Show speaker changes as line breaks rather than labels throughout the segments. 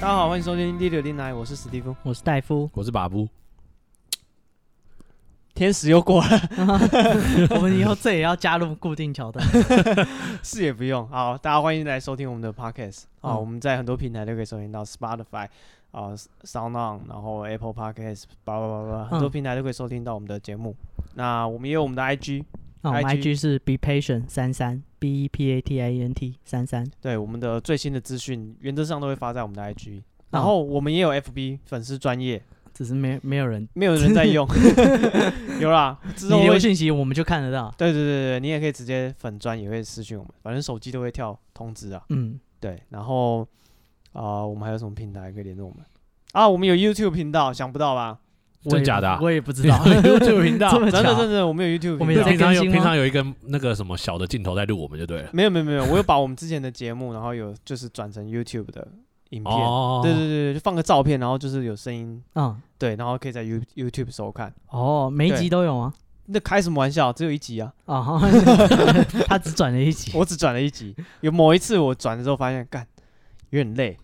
欢迎收听《第六电台》，我是史蒂夫。
我是戴夫，
我是把布，
天使又过了，
我们以后这也要加入固定 桥段。
是也不用。好，大家欢迎来收听我们的 podcast 啊、
嗯
我们在很多平台都可以收听到，Spotify 啊、SoundOn，然后 Apple Podcast，叭叭叭叭，很多
嗯
平台都可以收听到我们的节目。那我们也有我们的 IG，
那我们
IG
IG 是 be patient 三三 b e p a t i e n t 三三，
对我们的最新的资讯，原则上都会发在我们的 IG。然后我们也有 FB 粉丝专业，
哦只是没没有人，
没有人在 用，有啦，之
你
后
留
会
信息我们就看得到。
对对对对，你也可以直接粉砖也会私讯我们，反正手机都会跳通知啊。
嗯，
对，然后啊、我们还有什么平台可以联络我们？啊，我们有 YouTube 频道，想不到吧？
我
真
也
假
不
的啊
我也不知 道。
YouTube 频道
这么
真的
巧
真的，我们有 YouTube
我们
频
有
道
在更
平常有
新吗
平常有一个那个什么小的镜头在录我们就对了。
没有没有没有，我有把我们之前的节目，然后有就是转成 YouTube 的影片。
哦，
对对对，就放个照片，然后就是有声音，
嗯，
对，然后可以在 You YouTube 收看。
哦，每一集都有吗？
那开什么玩笑？只有一集啊，
哦， 他只转了一集。
我只转了一 集。有某一次我转的时候发现，干有点累，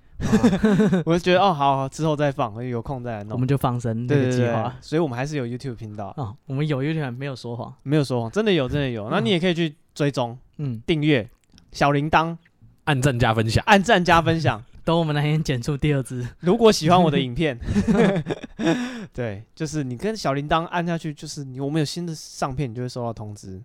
我就觉得哦，好好，之后再放，有空再来
我
弄
们。就放生那
对
个
对
计
对
划，。
所以我们还是有 YouTube 频道，
哦，我们有 YouTube 没有说谎。
没有说谎，真的有，真的有。那你也可以去追踪、
嗯，
订阅、小铃铛、
按赞加分享，
按赞加分享。
等我们那天剪出第二支，
如果喜欢我的影 片，对，就是你跟小铃铛按下去，就是你我们有新的上片，你就会收到通知。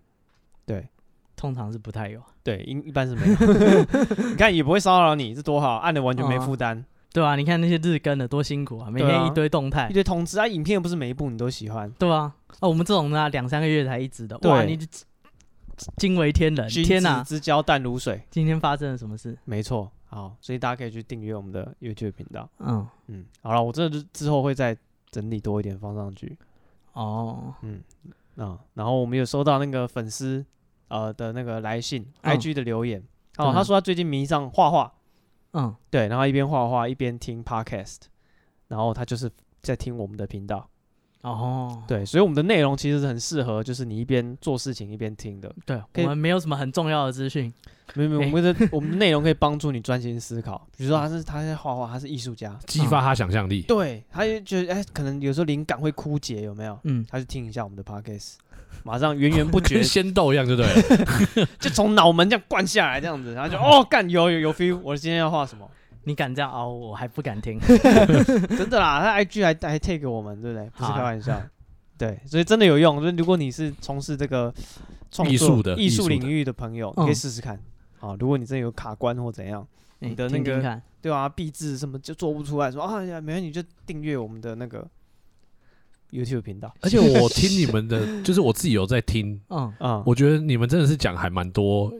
通常是不太有。
对，一一般是没有。 你看也不会骚扰你，这多好，按的完全
哦
没负担。
对啊，你看那些日更的多辛苦啊，每
对啊
天一堆动态
一。堆通知啊，影片又不是每一部你都喜欢。
对啊，哦，我们这种呢，两三个月才一支的，哇，
对
你惊为天人！
君
天
子
哪，
之交淡如水，
今天发生了什么事？
没错。好，所以大家可以去订阅我们的 YouTube 频道。
嗯，
嗯，好了，我这之之后会再整理多一点放上去。
哦，
嗯，啊，然后我们有收到那个粉丝呃的那个来信、
嗯
i g 的留言，
对
哦
啊，
他说他最近迷上画画，
嗯，
对，然后一边画画一边听 podcast，然后他就是在听我们的频道，
哦，
对，所以我们的内容其实是很适合，就是你一边做事情一边听的，
对，
可以
我们没有什么很重要的资讯，
没有没有，
哎
我们的我们的内容可以帮助你专心思考，比如说他是他在画画，他是艺术家，
激发他想象力。
对，他就觉得哎，可能有时候灵感会枯竭，有没有？
嗯，
他就听一下我们的 podcast，马上源源不绝
跟仙豆一样就对了，
就从脑门这样灌下来，这样子，然后 就哦，干有有有 feel，我今天要画什么？
你敢这样熬，我还不敢 听。
真的啦，他 IG 还还 take 我们，对不对？不是
好啊
开玩笑，对，所以真的有用。就是如果你是从事这个创作
艺术的
艺术
艺术的
领域的朋友，
嗯
你可以试试看。啊，如果你真的有卡关或怎样，
哎
你的
听
那
听
个
看，
对啊，壁纸什么就做不出来，说啊，呀没关系，你就订阅我们的那个 YouTube 频道
而且我听你们的，就是我自己有在听，
嗯，
啊。
我觉得你们真的是讲还蛮多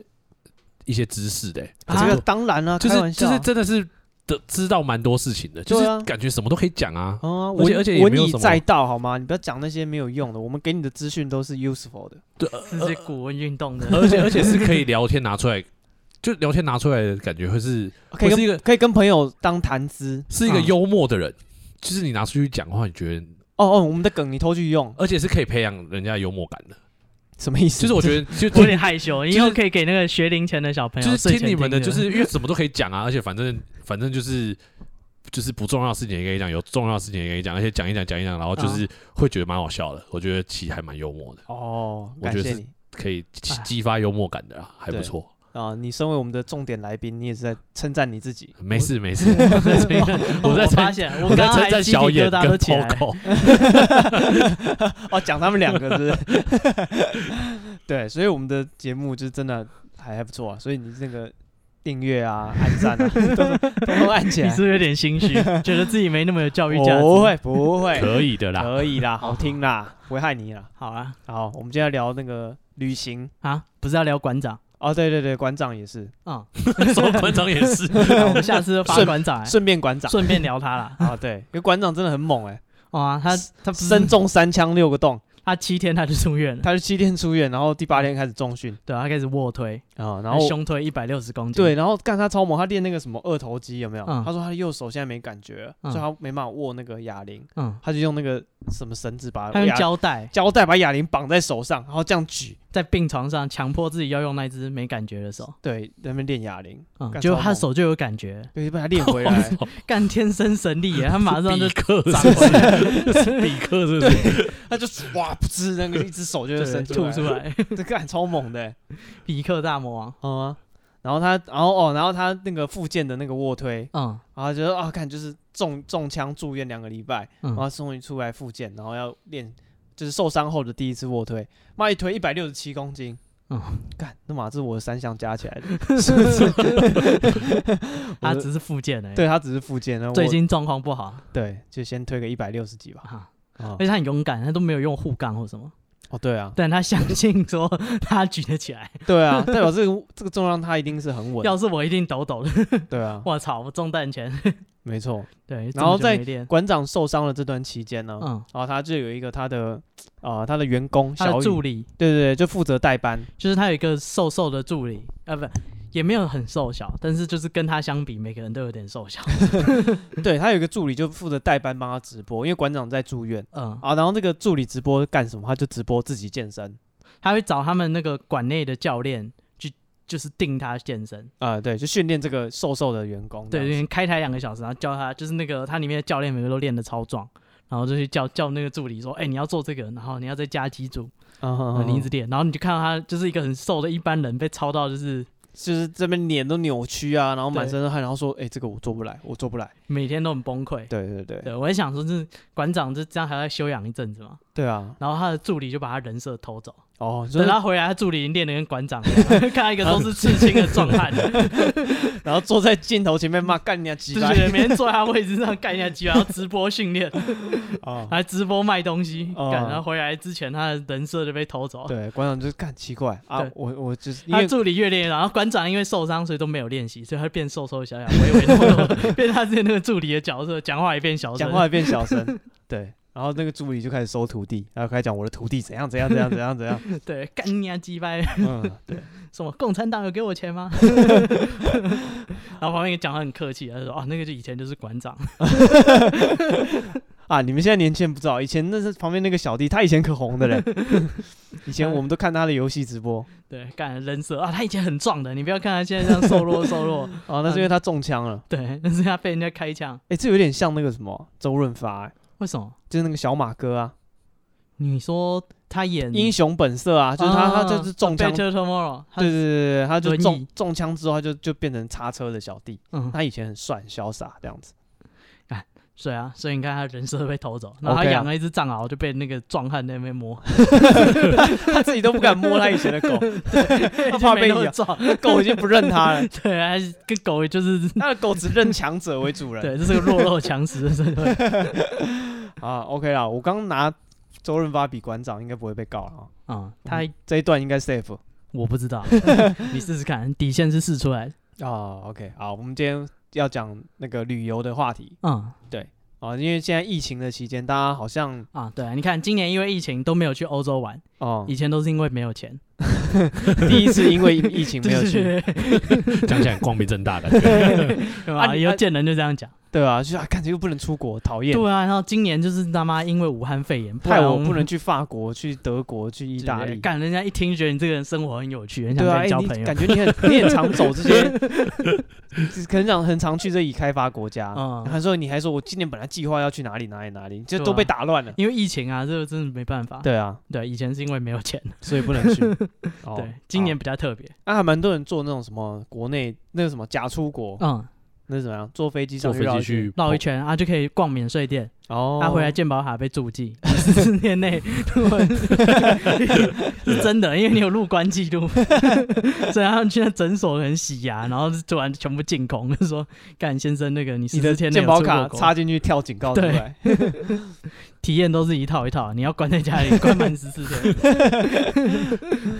一些知识的欸、
啊这
很
个
多
当然啦，
就
开
是
玩
就
笑
是
啊
真的是的知道蛮多事情的，就
对啊
是感觉什么都可以讲啊。
啊，
而且而且也
文
没有
以
什么
载道好吗？你不要讲那些没有用的，我们给你的资讯都是 useful 的。
对，
这是古文运动的，
呃而且而且是可以聊天拿出来，就聊天拿出来的感觉会是
可以
会是一
跟
个
可以跟朋友当谈资。
是一个
嗯
幽默的人，就是你拿出去讲话，你觉得
哦哦，我们的梗你偷去用，
而且是可以培养人家幽默感的。
什么意思？
就是我觉得就
我有
就
点害羞，
是
以后可以给那个学龄前的小朋友
就是
睡
听
前
你们的，
听
就是因为什么都可以讲啊，而且反正反正就是。就是不重要的事情也可以讲，有重要的事情也可以讲，而且讲一讲讲一讲，然后
嗯
就是会觉得蛮好笑的。我觉得其实还蛮幽默的，
哦，
我
感
觉得
谢
是
你
可以激
哎
激发幽默感的啊，还不
对
错。
啊！你身为我们的重点来宾，你也是在称赞你自 己。
没事没事，
我
我在
发现，哦我
我在
刚刚
称
还
赞
鸡皮
小
疙
野
瘩都
跟
起来了
Poco，
哦，讲他们两个是不是？ 对，所以我们的节目就真的还还不错啊。所以你那个订阅啊、按赞啊， 都是都都按起
你
来哦
是。不是有点心虚， 觉得自己没那么有教育价 值？
不会，不会，
可以 的啦。
可以啦，好听啦，不会害你啦。
好啊
好，我们今天聊那个旅行。
啊，不是要聊馆长
哦，对对对，馆长也是，
啊，
什么馆长也是，
我们下次就发
顺
馆长来，
顺便馆长
顺便聊他啦。
啊，对，因为馆长真的很猛哎，
哇，他他不是
身中三枪六个洞，
他七天他就出院了，
他是七天出院，然后第八天开始重训
对啊，他开始卧推，
啊，然后
胸推一百六十公斤，
对，，然后干他超猛，他练那个什么二头肌有没有？
嗯
他说他的右手现在没感觉了，
嗯
所以他没办法握那个哑铃，
嗯，
他就用那个什么绳子把
他用
哑
胶带
胶带把哑铃绑在手上，然后这样举，
在病床上强迫自己要用那只没感觉的手，
对，在那边练哑铃，
嗯，
干
结果
超
他
猛
手就有感 觉，
对，把他练回来。
干天生神力耶，他马上就
比克
长
是不
回来，
是是比克是不是？
他就哇，噗嗤，那个一只手就
对
是伸
吐出
出来，
来，
这干超猛的欸，
比克大魔王，
好啊。然后他，然后哦，然后他那个复健的那个卧推，
嗯
然后他觉得啊，看就是中中枪住院两个礼拜，然
嗯，
后终于出来复健，然后要练就是受伤后的第一次卧推，妈一推一百六十七公斤，
嗯
干，那马这是我的三项加起 来的，
他只是复健而已，
对，他只是复健，然后
最
我
近状况不好
对就先推个一百六十几 吧，
啊，
啊
而且他很勇敢，他都没有用护杠或什么，
哦对啊，
但他相信说他举得起来，
对啊， 代表这个这个重量他一定是很稳，
要是我一定抖抖的，
对啊，
我操，我中弹前，
没错。
对，
然后
这么久
再
没练
馆长受伤了这段期间呢，
嗯，
然后他就有一个他的啊他的员工
他
小
的
雨，
助理
对对对，就负责代班，
就是他有一个瘦瘦的助理，啊，不，也没有很瘦小，但是就是跟他相比，每个人都有点瘦小。
对他有一个助理就负责代班帮他直播，因为馆长在住院。
嗯，
啊，然后那个助理直播干什么？他就直播自己健身
他会找他们那个馆内的教练去，就是定他健身，
啊、对，就训练这个瘦瘦的员工这
对，
样
因
子。
为开台两个小时，然后教他，就是那个他里面的教练每个都练得超壮。然后就去叫叫那个助理说：“哎、你要做这个，然后你要再加几组，呃
嗯哼
然
哼
后你一直练。”然后你就看到他就是一个很瘦的一般人被操到，就是
就是这边脸都扭曲啊，然后满
对
身都汗，然后说：“哎、这个我做不来，我做不来。
每天都很崩溃”。
对”对对对，
对，我也想说，就是馆长就这样还要休养一阵子嘛。
对啊，
然后他的助理就把他人设偷走，
哦，就
等
是
他回来，他助理已经练得跟馆长一样， 看到一个都是刺青的壮汉，
然后坐在镜头前面骂干你啊，几
就
百
是每天坐在他位置上干一下鸡巴，然后直播训练，
啊，
还直播卖东西，
哦
干然后回来之前他的人设就被偷走。
对，馆长就是干奇怪啊
对，
我我就是因
他
为
助理越练越老，然后馆长因为受伤，所以都没有练习，所以他变瘦瘦小小，微微弱弱，变他之前那个助理的角色，讲话也变小声
讲。话也变小 声，对，然后那个助理就开始收徒弟，然后开始讲我的徒弟怎样怎样怎样怎样怎 样，
对，干你啊鸡掰！
嗯，对，
什么共产党有给我 钱吗？然后旁边一个讲话很客气，他就说：“哦，那个就以前就是馆长，
啊，你们现在年轻人不知道，以前那是旁边那个小弟，他以前可红的嘞。 以
啊
前我们都看他的游戏直播，
对，干人设啊，他以前很壮的，你不要看他现在这样瘦弱 瘦弱，
啊，那是因为他中枪了。
对，但是他被人家开枪，
哎、这有点像那个什么周润发、欸，
为什么？
就是那个小马哥啊，
你说他演
英雄本色》啊，就是他，
嗯啊
他就是中枪，对
Better Tomorrow，他
对对对，他就
轮椅
中中枪之后，他就就变成叉车的小弟。
嗯，
他以前很帅、很潇洒这样 子，
对啊，所以你看他人设被偷走，然后他
OK 啊
养了一只藏獒，就被那个壮汉在那边摸，
他自己都不敢摸他以前的 狗， 他怕被
就没那么
咬，
壮，
那狗已经不认他 了，
对啊，他跟狗就是
他的狗只认强者为主人。
对，这是个弱肉强食的社会，
啊，OK 啦，我刚拿周润发比馆长，应该不会被告了啊。
嗯，他
这一段应该 safe。
我 不知道，你试试看，底线是试出来的，
哦，OK，好，我们今天要讲那个旅游的话题
嗯。
啊、因为现在疫情的期间，大家好 像
啊，对啊，你看今年因为疫情都没有去欧洲玩，
哦，
以前都是因为没有钱，
第一次因为疫 情 没有去，
对
讲起来很光明正大的感觉，
啊
吧？
你
以后
啊
见人就这样讲。
对啊，就是啊，看着又不能出国，讨厌，
对啊，然后今年就是他妈因为武汉肺炎，
害
然
我
们
不 能去法国、去德国、去意
对
大利。
干人家一听觉得你这个人生活很有趣，很想
对啊，
跟
哎、
你交
你
朋友
感。觉你很你很常走这些，可能讲很常去这已开发国家。
嗯
还说你还说我今年本来计划要去哪里哪里哪里，就
对
都被
啊
打乱了。
因为疫情啊，这个真的没办法。
对啊，
对，以前是因为没有钱。
所以不能去。哦
对，今年
好
比较特别。
啊，还蛮多人做那种什么国内那个什么假出国，
嗯，
那是怎么样？坐飞机上去
坐飞
绕
机
一圈
去
绕一圈啊，就可以逛免税店。
哦，
他回来健保卡被注记，十四天内， 是真的，因为你有入关记录， 所以他们去那诊所很洗牙，然后突然全部净空，就说：“干先生，那个你十
你的
四天内
健
有
保
出
卡
过国
插进去跳警告出
对
来，
体验都是一套一套，你要关在家里关满十四天。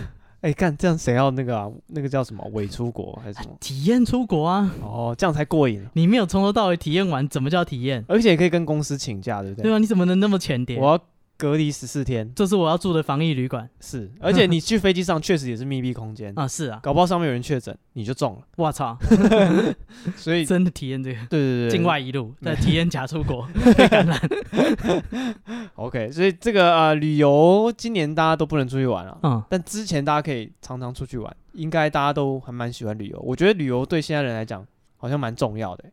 哎，看这样谁要那个啊？那个叫什么伪出国还是什么”？
体验出国啊，
哦，这样才过瘾，
你没有从头到尾体验完，怎么叫体验？
而且也可以跟公司请假，对不
对啊
对？
啊，你怎么能那么浅碟？
我要隔离十四天，
这是我要住的防疫旅馆
是，而且你去飞机上确实也是密闭空间，
啊，是啊，
搞不好上面有人确诊，你就中了，
我操，
所以对
真的体验这个
对对，
境
对
外一路，在体验假出国 被感染，
OK，所以这个呃旅游今年大家都不能出去玩了，
嗯，
但之前大家可以常常出去玩，应该大家都还蛮喜欢旅游。我觉得旅游对现在人来讲好像蛮重要的、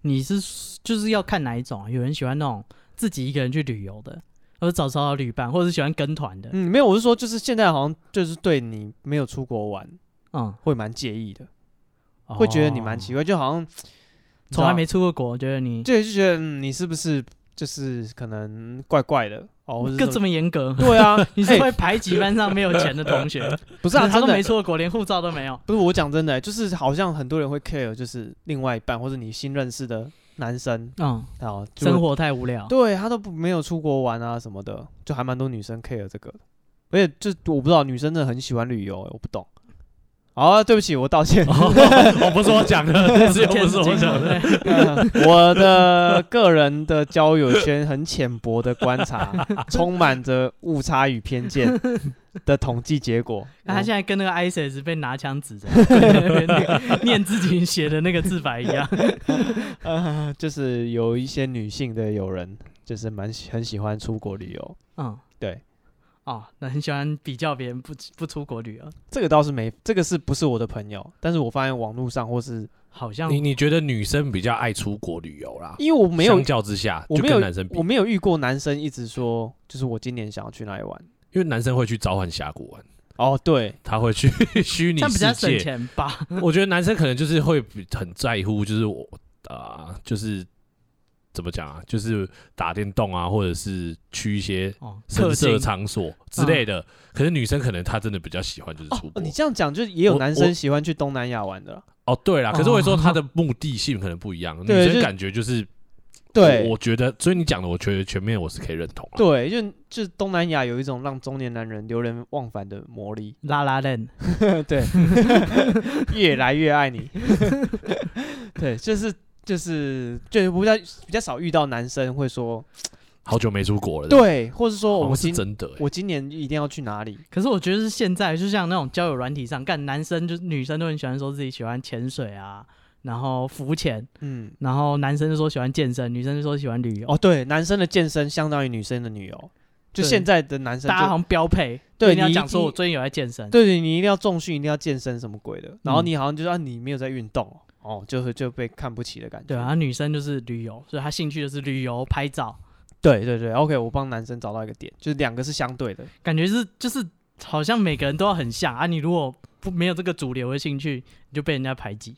你是就是要看哪一种啊？有人喜欢那种自己一个人去旅游的，或者找找旅伴，或者是喜欢跟团的，
嗯，没有，我是说就是现在好像就是对你没有出国玩
嗯，
会蛮介意的，会觉得你蛮奇
哦
怪，就好像
从来，
你
没
知
出过国，觉得你
道就就觉得、嗯、你是不是就是可能怪怪的哦，或者
更
是
这
什
么严格
么。对啊，
你是
哎
会排挤班上没有钱的同学，
不 是啊？
他
真
都
的
没出过国，连护照都没有。
不是我讲真的、就是好像很多人会 care，就是另外一半或者你新认识的男生
嗯，
哦，就会
生活太无聊。
对他都不没有出国玩啊什么的，就还蛮多女生 care 这个的，而且就我不知道女生真的很喜欢旅游、欸我不懂。好、啊，对不起，我道 歉。
我不是我讲的，是又
天
不是
使
我
金
讲
童
的。
对
我的个人的交友圈很浅薄的观察，充满着误差与偏见的统计结果。
那他
我
现在跟那个 ISIS 被拿枪 指着， 跪在那边念念自己写的那个自白一样。
呃 就是有一些女性的友人，就是蛮喜很喜欢出国旅游。
嗯，
对，
哦，那很喜欢比较别人不不出国旅游，
这个倒是没，这个是不是我的朋友？但是我发现网络上或是
好像
你你觉得女生比较爱出国旅游啦？
因为我哦没有
相较之下，
我
就
没有
跟男生比
我，没有遇过男生一直说，就是我今年想要去哪里玩。
因为男生会去召唤峡谷玩，
哦，对，
他会去 虚拟
这样比较
世
省
界。
钱吧？
我觉得男生可能就是会比很在乎，就是我啊、就是怎么讲啊，就是打电动啊，或者是去一些
哦， 氪
深色
金
场所之类的。可是女生可能她真的比较喜欢就是出
嗯哦
国。
你这样讲，就也有
我
男生喜欢去东南亚玩的啦。
哦，对啦，可是我会说
哦
她的目的性可能不一样，女
对
生
就
感觉就是
对
我，我觉得，所以你讲的，我觉得全面我是可以认同啊。
对，就就是东南亚有一种让中年男人流连忘返的魔 力，
拉拉链，
对， 越来越爱你。 对，就是就是就是比较比较少遇到男生会说
好久没出国了，，
对，或是
哦
说
好
我
像是
今
真的欸、
我今年一定要去哪里。
可是我觉得是现在，就像那种交友软体上，干男生就是女生都很喜欢说自己喜欢潜水啊，然后浮潜，
嗯，
然后男生就说喜欢健身，女生就说喜欢旅游。
哦，对，男生的健身相当于女生的旅游，就
对
现在的男生
大家
就
好像标配，
对
一定要
你一
讲说
定
我最近有在健身，
对对，你一定要重训，一定要健身什么鬼的。然后
嗯
你好像就说、啊、你没有在运动哦，哦就是就被看不起的感觉。
对啊，女生就是旅游，所以她兴趣就是旅游、拍照，
对对对，OK，我帮男生找到一个点，就是两个是相对的。
感觉是就是好像每个人都要很像啊。你如果不没有这个主流的兴趣，你就被人家排挤，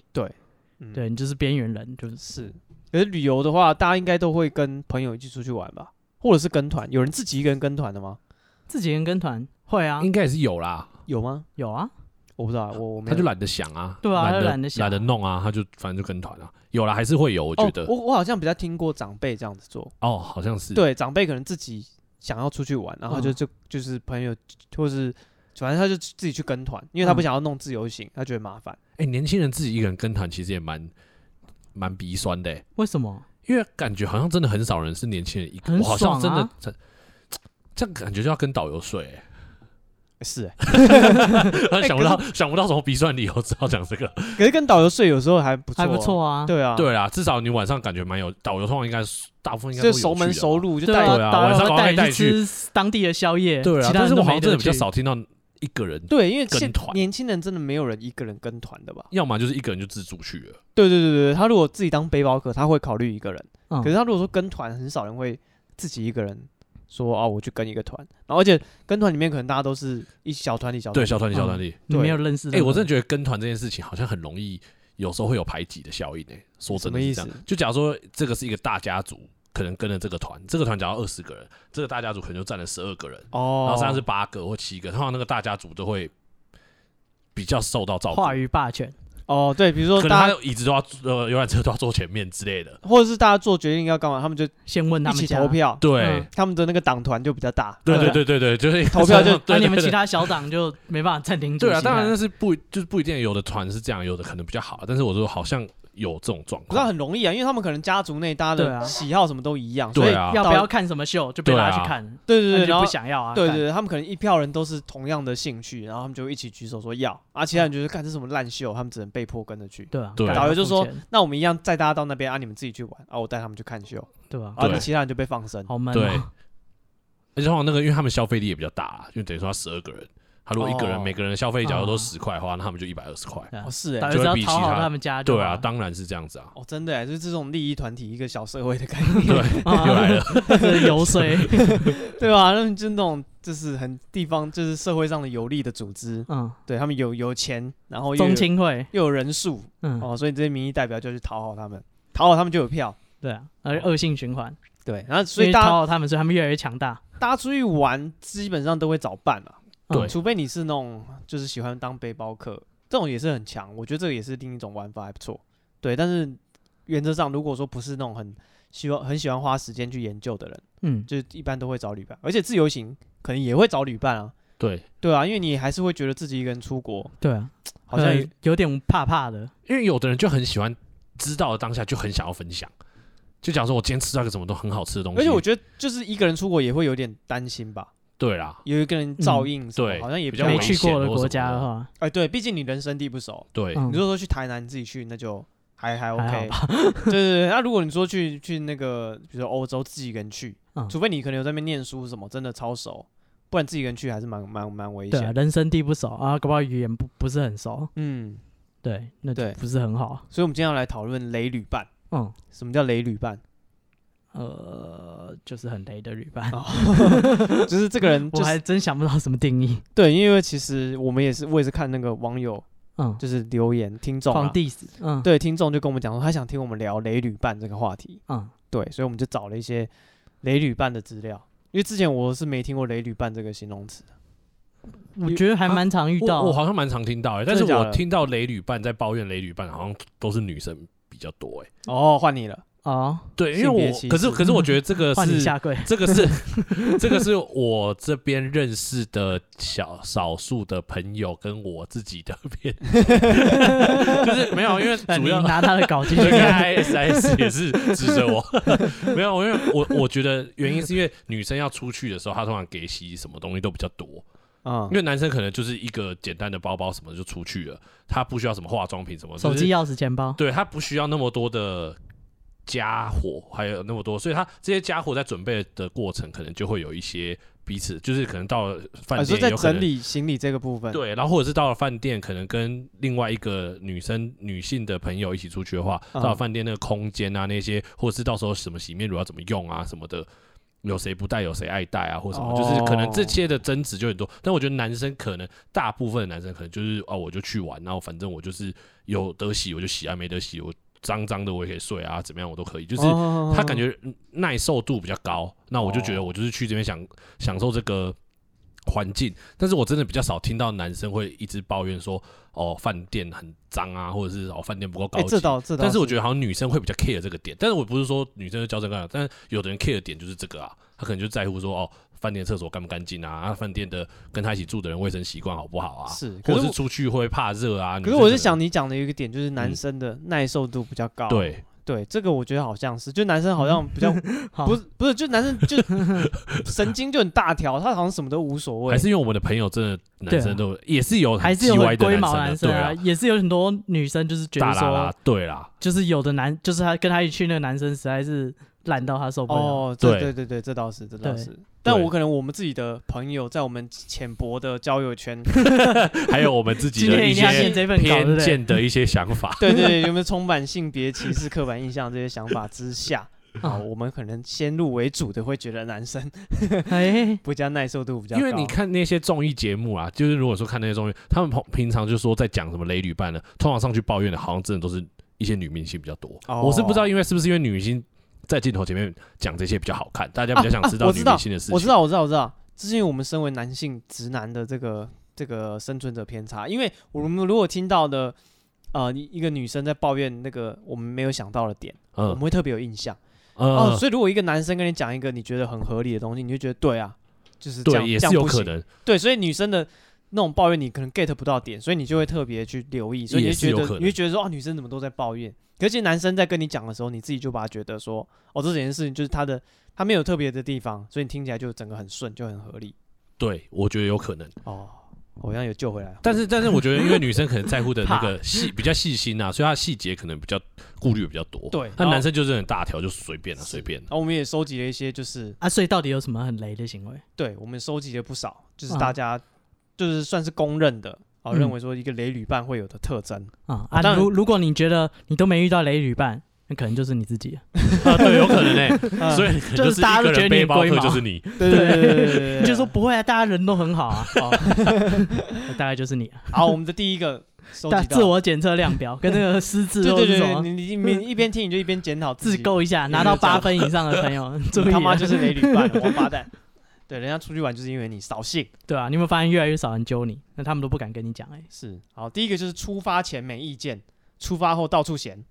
嗯，
对你就是边缘人，就是
是。可是旅游的话，大家应该都会跟朋友一起出去玩吧，或者是跟团。有人自己一个人跟团的吗？
自己人跟团会啊，
应该也是有啦，
有吗？
有啊，
我不知道，我我没
他
有。
就懒得想啊，
对啊他就
懒
懒得想啊
懒得弄啊，他就反正就跟团啊，有了还是会有，我觉得
哦、我我好像比较听过长辈这样子做。
哦，好像是，
对，长辈可能自己想要出去玩，然后就
嗯
就就是朋友或是反正他就自己去跟团，因为他不
嗯
想要弄自由行，他觉得麻烦。
哎，年轻人自己一个人跟团其实也蛮蛮鼻酸的欸，
为什么？
因为感觉好像真的很少人是年轻人一个，
很
我好像真
爽
的
啊
这这样感觉就要跟导游睡 欸，哎
是、欸，
哎
想不到想不到什么鼻酸理由，只好讲这个。
可是跟导游睡有时候还不错、
还不、错啊，
对啊，，
对啦，至少你晚上感觉蛮有，导游通常应该是大部分应该
就
都有
熟门
去的吧
熟路，就
对
带
啊，
你。
对啊
导游
晚上
会
赶快带
带
你
你
去
去吃当地的宵夜，
对啊，
其他
但
人
是
都
我好
没
像真
得
的比较
去
少听到一个人，
对，因为
跟
现
团
年轻人真的没有人一个人跟团的吧？
要么就是一个人就自助去了。
对对对对，他如果自己当背包客，他会考虑一个人。
嗯
可是他如果说跟团，很少人会自己一个人说啊，我去跟一个团。然后而且跟团里面可能大家都是一小团体嗯小团
对，
体
小团体，
嗯
小团体。
你没有认识
哎、
的人。
我真的觉得跟团这件事情好像很容易，有时候会有排挤的效应诶、说真的是这
什么意
样，就假如说这个是一个大家族，可能跟了这个团，这个团假如二十个人，这个大家族可能就占了十二个人，
哦，
然后三十八个或七个，通常那个大家族都会比较受到照顾。
话语霸权，
哦，对，比如说
可能他
大家
的椅子都要呃游览车都要坐前面之类的，
或者是大家做决定要干嘛，他们就一
先问他们
起
家
投， 票，
对
嗯，
他们的那个党团就比较大。
对对对对对，就是
投票就
那
对
啊你们
对
其他小党就没办法暂停主
对
席
啊，
了。
当然那是不就是不一定，有的团是这样，有的可能比较好，但是我说好像有这种状
不是
况。
很容易啊，因为他们可能家族内大家
对啊
的喜好什么都一样，所以
对啊，
要不要看什么秀就被拉
对
去
啊
看，
对对
那
对，
就
然
不
后
想要啊。
对
干
对，对，他们可能一票人都是同样的兴趣，然后他们就一起举手说要，啊，
嗯
其他人就是看这什么烂秀，他们只能被迫跟着去。
对啊，
对
干
导游就
付
说
钱，
那我们一样载大家到那边啊，你们自己去玩啊，我带他们去看秀，
对吧？
然后
对
其他人就被放生。
好闷
对
哦，
而且通常那个，因为他们消费力也比较大啊，就等于说他十二个人，他如果一个人、
哦
每个人的消费假如
哦
都十块的话，那他们就一百二十块。
对啊
哦，是
导
哎，
游只
就
要
会比
讨
其
好
他
他们家就
对
好
啊，
了，
当然是这样子啊。
哦，真的哎，就是这种利益团体一个小社会的概念，
对，
啊
又来了。
这是 游说，
对吧？那就那种就是很地方，就是社会上的有利的组织，
嗯，
对他们有有钱，然后又
中
有
青会，
又有人数
嗯，
哦，所以这些民意代表就去讨好他们，讨好他们就有票。
对啊，而且恶性循环，
对，然后所以
因为
大
讨
家
好他们，所以他们越来越强大。
大家出去玩基本上都会早办啊，
对
除非你是那种就是喜欢当背包客，这种也是很强，我觉得这个也是另一种玩法，还不错。对，但是原则上如果说不是那种很喜欢很喜欢花时间去研究的人，
嗯，
就一般都会找旅伴，而且自由行可能也会找旅伴啊。
对，
对啊，因为你还是会觉得自己一个人出国
对啊，
好像
呃
嗯
也
有点怕怕的，
因为有的人就很喜欢知道的当下就很想要分享，就讲说我今天吃到一个什么都很好吃的东西。
而且我觉得就是一个人出国也会有点担心吧，
对啦，
有一个人照应什么、
嗯对
好像也
比较
危
没
危
去
险
过的
或
国
什
家
么
的
的
话，
哎、对，毕竟你人生地不熟。
对，
嗯
你就说去台南自己去，那就还还
还
OK。对对对，那如果你说去去那个，比如说欧洲自己一个人去，
嗯
除非你可能有在那边念书什么，真的超熟，不然自己一个人去还是蛮蛮蛮危
对啊，
险的。
人生地不熟啊，搞不好语言不不是很熟，
嗯，
对，那就
对
不是很好。
所以我们今天要来讨论雷旅伴。
嗯，
什么叫雷旅 伴？
呃，就是很雷的旅伴，
啊
哦 就是这个人，
我
就
还
是
真想不到什么定义。
对，因为其实我们也是，我也是看那个网友
嗯，
就是留言听众
放
啊，
地址，嗯，，
对听众就跟我们讲说，他想听我们聊雷旅伴这个话题。
嗯，
对，所以我们就找了一些雷旅伴的资料，因为之前我是没听过雷旅伴这个形容词。
我觉得还蛮常遇到
我我
啊，
好像蛮常听到、欸，
真
但
的
是
假
我
的
听到雷旅伴在抱怨雷旅伴，好像都是女生比较多、欸，哎，
哦，换你了，
哦，
对，因为
性别
我
歧
可是
视
可是我觉得这个
换你
是
下 跪，
这个是这个是我这边认识的小少数的朋友跟我自己的片， 就是没有，因为
那
主
你
要
拿他的稿 进
这
去
个
看，
ISIS 也是指着我， 没有，因为我我觉得原因是因为女生要出去的时候，她通常给洗什么东西都比较多，
嗯
因，为男生可能就是一个简单的包包什么就出去了，他不需要什么化妆品什么，就
手
是
机、钥匙、钱包，
对他不需要那么多的家伙，还有那么多，所以他这些家伙在准备的过程，可能就会有一些彼此，就是可能到了
啊
饭
你说
店
在
有可
整
能。
理行李这个部分，，
对，然后或者是到了饭店，可能跟另外一个女生、女性的朋友一起出去的话，
嗯
到了饭店那个空间啊，那些，或者是到时候什么洗面乳要怎么用啊什么的，有谁不带，有谁爱带啊，或什么，就是可能
哦
这些的争执就很多。但我觉得男生可能大部分的男生可能就是哦，我就去玩，然后反正我就是有得洗我就洗啊，没得洗我脏脏的我也可以睡啊，怎么样我都可以，就是。
哦
他感觉嗯耐受度比较高，那我就觉得
哦
我就是去这边享享受这个环境，但是我真的比较少听到男生会一直抱怨说哦饭店很脏啊，或者是哦饭店不够高
哎，
级。
这倒这倒，
但是我觉得好像女生会比较 care 这个点，但是我不是说女生就娇生惯养，但是有的人 care 的点就是这个啊，他可能就在乎说哦饭店厕所干不干净啊，啊饭店的跟他一起住的人卫生习惯好不好啊，
是，可
或者
是
是
我
出去会不会怕热啊。
可
女
是
生
我
能
是想你讲的一个点就是男
嗯
生的耐受度比较高，
对
对，这个我觉得好像是，就男生好像比较
好
不是不是，就男生就 神经就很大条，他好像什么都无所谓
还，是因为我们的朋友真的
对
男
啊
生都也是有
还
很
是有
歪
很
的
龟
男
毛
生
的
啊
男生
对
啊
啊，，
也是有很多女生就是觉
大
得
啦
说
啦，，对啦，
就是有的男，就是他跟他一起去那个男生实在是懒到他受不了。
哦，这
对
对对对，这倒是，这倒
对
是。但
啊对
我可能我们自己的朋友在我们浅薄的交友圈，
还有我们自己
今
的
天
一
一定要
些
念这份稿，对
偏
不对？
见的一些想法。
对 对对，有没有充满性别歧视、刻板印象这些想法之下，啊，
啊
我们可能先入为主的会觉得男生
哎，
不加耐受度比较
因
高，
为你看那些综艺节目啊，就是如果说看那些综艺，他们平平常就说在讲什么雷旅伴的，通常上去抱怨的，好像真的都是一些女明星比较多。
哦
我是不知道，因为是不是因为女明星在镜头前面讲这些比较好看，大家比较想
啊
知
啊
道
我
女
知道
明星的事情。
我知道，我知道，我知道，这是因为我们身为男性直男的这个这个生存者偏差，因为我们如果听到的。呃，一一个女生在抱怨那个我们没有想到的点，我们
嗯
会特别有印象、
嗯
哦。所以如果一个男生跟你讲一个你觉得很合理的东西，你就觉得对啊，就是这样，
对，也
这
是
样
有
不
可
行
能。
对，所以女生的那种抱怨你可能 get 不到点，所以你就会特别去留意，所以你
也
就是觉
有
得
可能
你会觉得说啊，女生怎么都在抱怨，可是其实男生在跟你讲的时候，你自己就把他觉得说哦，这件事情就是他的他没有特别的地方，所以你听起来就整个很顺，就很合理
对，我觉得有可能。
哦，我好像有救回来了，
但是，但是我觉得，因为女生可能在乎的那 个细比较细心啊，所以她细节可能比较顾虑比较多。
对
那
然后
男生就是很大条，就随便了、啊随便了、
然后我们也收集了一些，就是
啊，所以到底有什么很雷的行为？
对我们收集了不少，就是
嗯
啊
大家就是算是公认的哦，
嗯
认为说一个雷旅伴会有的特征，
啊
啊
啊！
当然
如如果你觉得你都没遇到雷旅伴，那可能就是你自己。
啊，对，有可能 呢、所以可能
就是
是
大家
一
都
个
觉得你
人背
很
包
龟
客
毛
就 是你，
对对对对对对，
你就说不会啊，大家人都很好 啊。哦， 大概就是你啊。
好，我们的第一个收
大
集
自
到。
我检测量 表跟那个失智
对
都
对
是
对
什
对，
么
你你你一边听你就一边检讨
自
己，
购一下，拿到八分以上的 朋友 注意
你
啊，
他妈就是雷旅伴，王八蛋。对，人家出去玩就是因为你扫兴。
对啊。你有没有发现越来越少人揪你？那他们都不敢跟你讲哎。
是，好，第一个就是出发前没意见，出发后到处闲，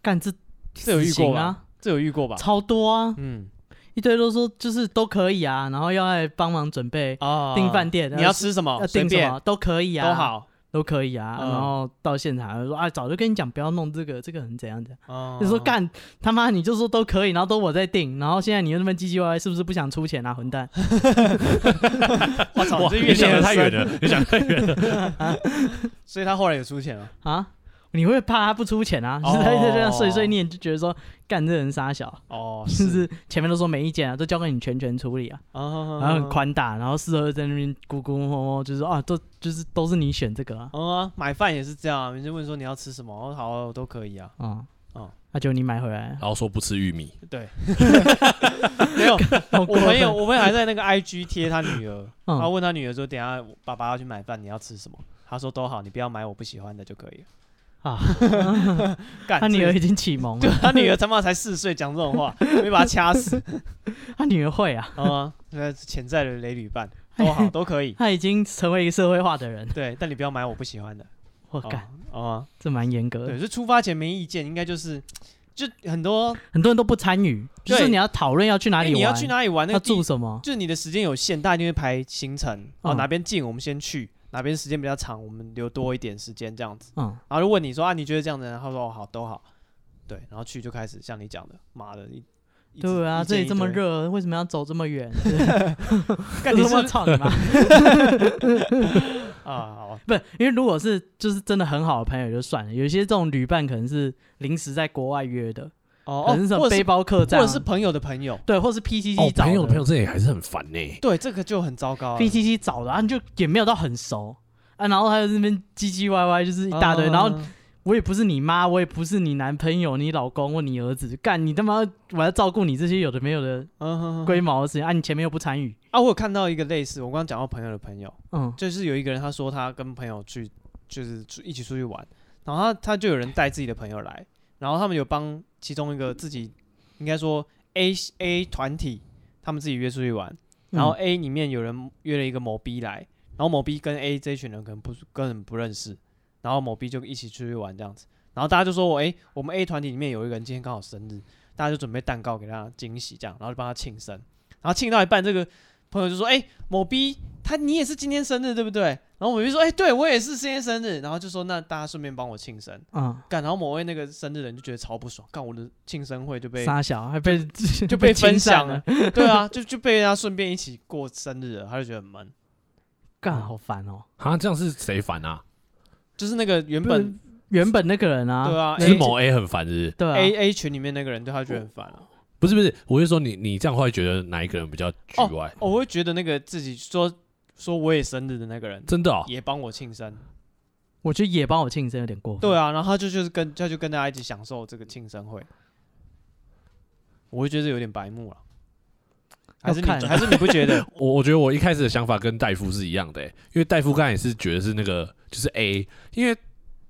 干这
这有遇
死刑
过
啊
吧？？这有遇过吧？
超多啊，
嗯
一堆都说就是都可以啊，然后要来帮忙准备
啊
订饭店，
你要吃什么
要
哦随
订什么
便
都可以啊，
都好。
都可以啊。
嗯
然后到现场就说啊，早就跟你讲不要弄这个，这个很怎样怎样。
哦
就说干他妈，你就说都可以，然后都我在定，然后现在你又那么唧唧歪歪，是不是不想出钱啊，混蛋？
我操，你
哇，
这越
你想
想越
的太远
深。
了，你想得太远了。，
所以他后来也出钱了。
啊，你会怕他不出钱啊？
哦
就是他一直这样碎碎念，就觉得说干这人傻小，
哦，
就是前面都说没意见啊，都交给你全权处理啊，
啊，
然后很宽大，然后事后又在那边咕咕摸摸，就是说啊，都就是都是你选这个啊，
哦啊，买饭也是这样，人家问说你要吃什么，哦好啊，我都可以 啊。
啊、
哦
那就你买回来
然后说不吃玉 米，
对，没有，啊
好 过
我
分
朋友，我朋友还在那个 IG 贴他女儿，
嗯
然后问他女儿说：“等一下我爸爸要去买饭，你要吃什么？”他说：“都好，你不要买我不喜欢的就可以了。
啊，”
干，
他女
这个
儿已经启蒙
对
了，
他女儿他妈才四岁，讲这种话，没把他掐 死
他女儿会啊，
啊！那潜在的雷旅伴都好都可 以，
他已经成为一个社会化的人，
对，但你不要买我不喜欢的。
我
哦
干，
哦
这蛮严格
对，
的，
就出发前没意见，应该就是就很多，
很多人都不参与，就是
对
你要讨论要去哪
因为
里
你要
玩，
去哪里玩，那
要
个
住
地
什么，
就是你的时间有限，大家一定会排行程哦，
嗯
哪边近我们先去，哪边时间比较长，我们留多一点时间这样子。
嗯，
然后就问你说啊，你觉得这样的人，他说哦好，都好，对，然后去就开始像你讲的，妈的，一一直
对啊，
一
这
间
里这么
一堆，
热，为什么要走这么 远？
干你
你
是
他妈 操你妈！
啊，好，
不，因为如果是就是真的很好的朋友就算了，有些这种旅伴可能是临时在国外约的，
哦，
可能是什
哦
么
或者
背
是
包客
或
栈啊，
者是哦朋友的朋友，
对，或是 PCC 找
哦朋友的朋
的
友这也还是很烦欸呢、
对，这个就很糟糕了。
，PCC 找的，啊，你就也没有到很熟啊，然后他就在那边唧唧歪歪，就是一大堆，然后
嗯
我也不是你妈，我也不是你男朋友、你老公或你儿子，干你他妈我要照顾你这些有的没有的
嗯哼哼
龟毛的事情啊，你前面又不参与，
啊，我有看到一个类似，我刚刚讲到朋友的朋友，
嗯，
就是有一个人他说他跟朋友去，就是出一起出去玩，然后他他就有人带自己的朋友来，然后他们有帮其中一个自己应该说 A A 团体，他们自己约出去玩，然后
嗯
A 里面有人约了一个某 B 来，然后某 B 跟 A 这一群人可能不是根本不认识，然后某 B 就一起出去玩这样子，然后大家就说我诶，我们 A 团体里面有一个人今天刚好生日，大家就准备蛋糕给他惊喜这样，然后就帮他庆生，然后庆到一半，这个朋友就说诶，某 B 他你也是今天生日对不对？然后某 B 说诶，对我也是今天生日，然后就说那大家顺便帮我庆生，
嗯，
干，然后某位那个生日人就觉得超不爽，干我的庆生会就被
傻小还被
就被分
侵占
享了，，对啊，就 就被人家顺便一起过生日了，他就觉得很闷。
干好烦哦。
啊，这样是谁烦啊？
就是那个原本
原本那个人啊，
对啊
那
是
，A
某 A 很烦，是不是？
对啊
A A 群里面那个人，对他觉得很烦啊。
不是不是，我是说你你这样会觉得哪一个人比较局外？
哦，我会觉得那个自己说说我也生日的那个人
真的哦，
也帮我庆生，
我觉得也帮我庆生有点过分。
对啊，然后他就就是跟他就跟大家一起享受这个庆生会，我会觉得有点白目了。还是你
要看
还是你不觉得？
我我觉得我一开始的想法跟戴夫是一样的、欸，因为戴夫刚才也是觉得是那个就是 A，因为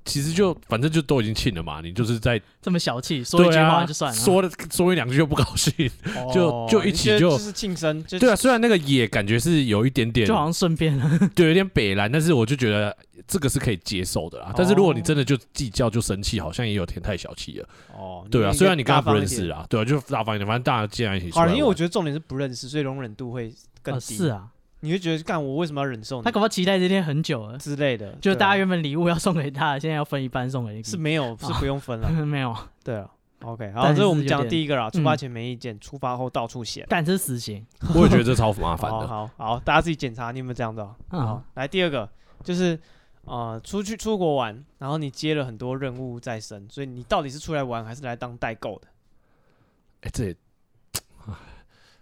其实就反正就都已经庆了嘛，你就是在
这么小气，说一句
对啊
话就算了。
说了说一两句就不高兴， 就
哦
就一
你
起
觉得
就
就是庆生，就
对啊，虽然那个也感觉是有一点点，
就好像顺便了，
对，有点北蓝，但是我就觉得这个是可以接受的啦。但是如果你
哦
真的就计较就生气，好像也有点太小气了。
哦，
对啊，虽然你跟
刚
他
刚
不认识。啦，对啊，就大方一点，反正大家既然一起出
好
来
了，
玩，
因为我觉得重点是不认识，所以容忍度会更
呃
低。
是啊，
你会觉得干我为什么要忍受你
他搞不好期待这天很久了，
之类的，
就
对啊
大家原本礼物要送给他，现在要分一半送给你，
是没有是不用分了，
没有，
对啊。OK，好，
但
这是我
是
们
有
讲
点
第一个啦，出发
嗯
前没意见，出发后到处写。
但这是死刑
我也觉得这超麻 烦
好
的。
好好，大家自己检查你有没有这样的哦。好
啊，，
来第二个就是呃，出去出国玩，然后你接了很多任务在身，所以你到底是出来玩还是来当代购的？
哎，这也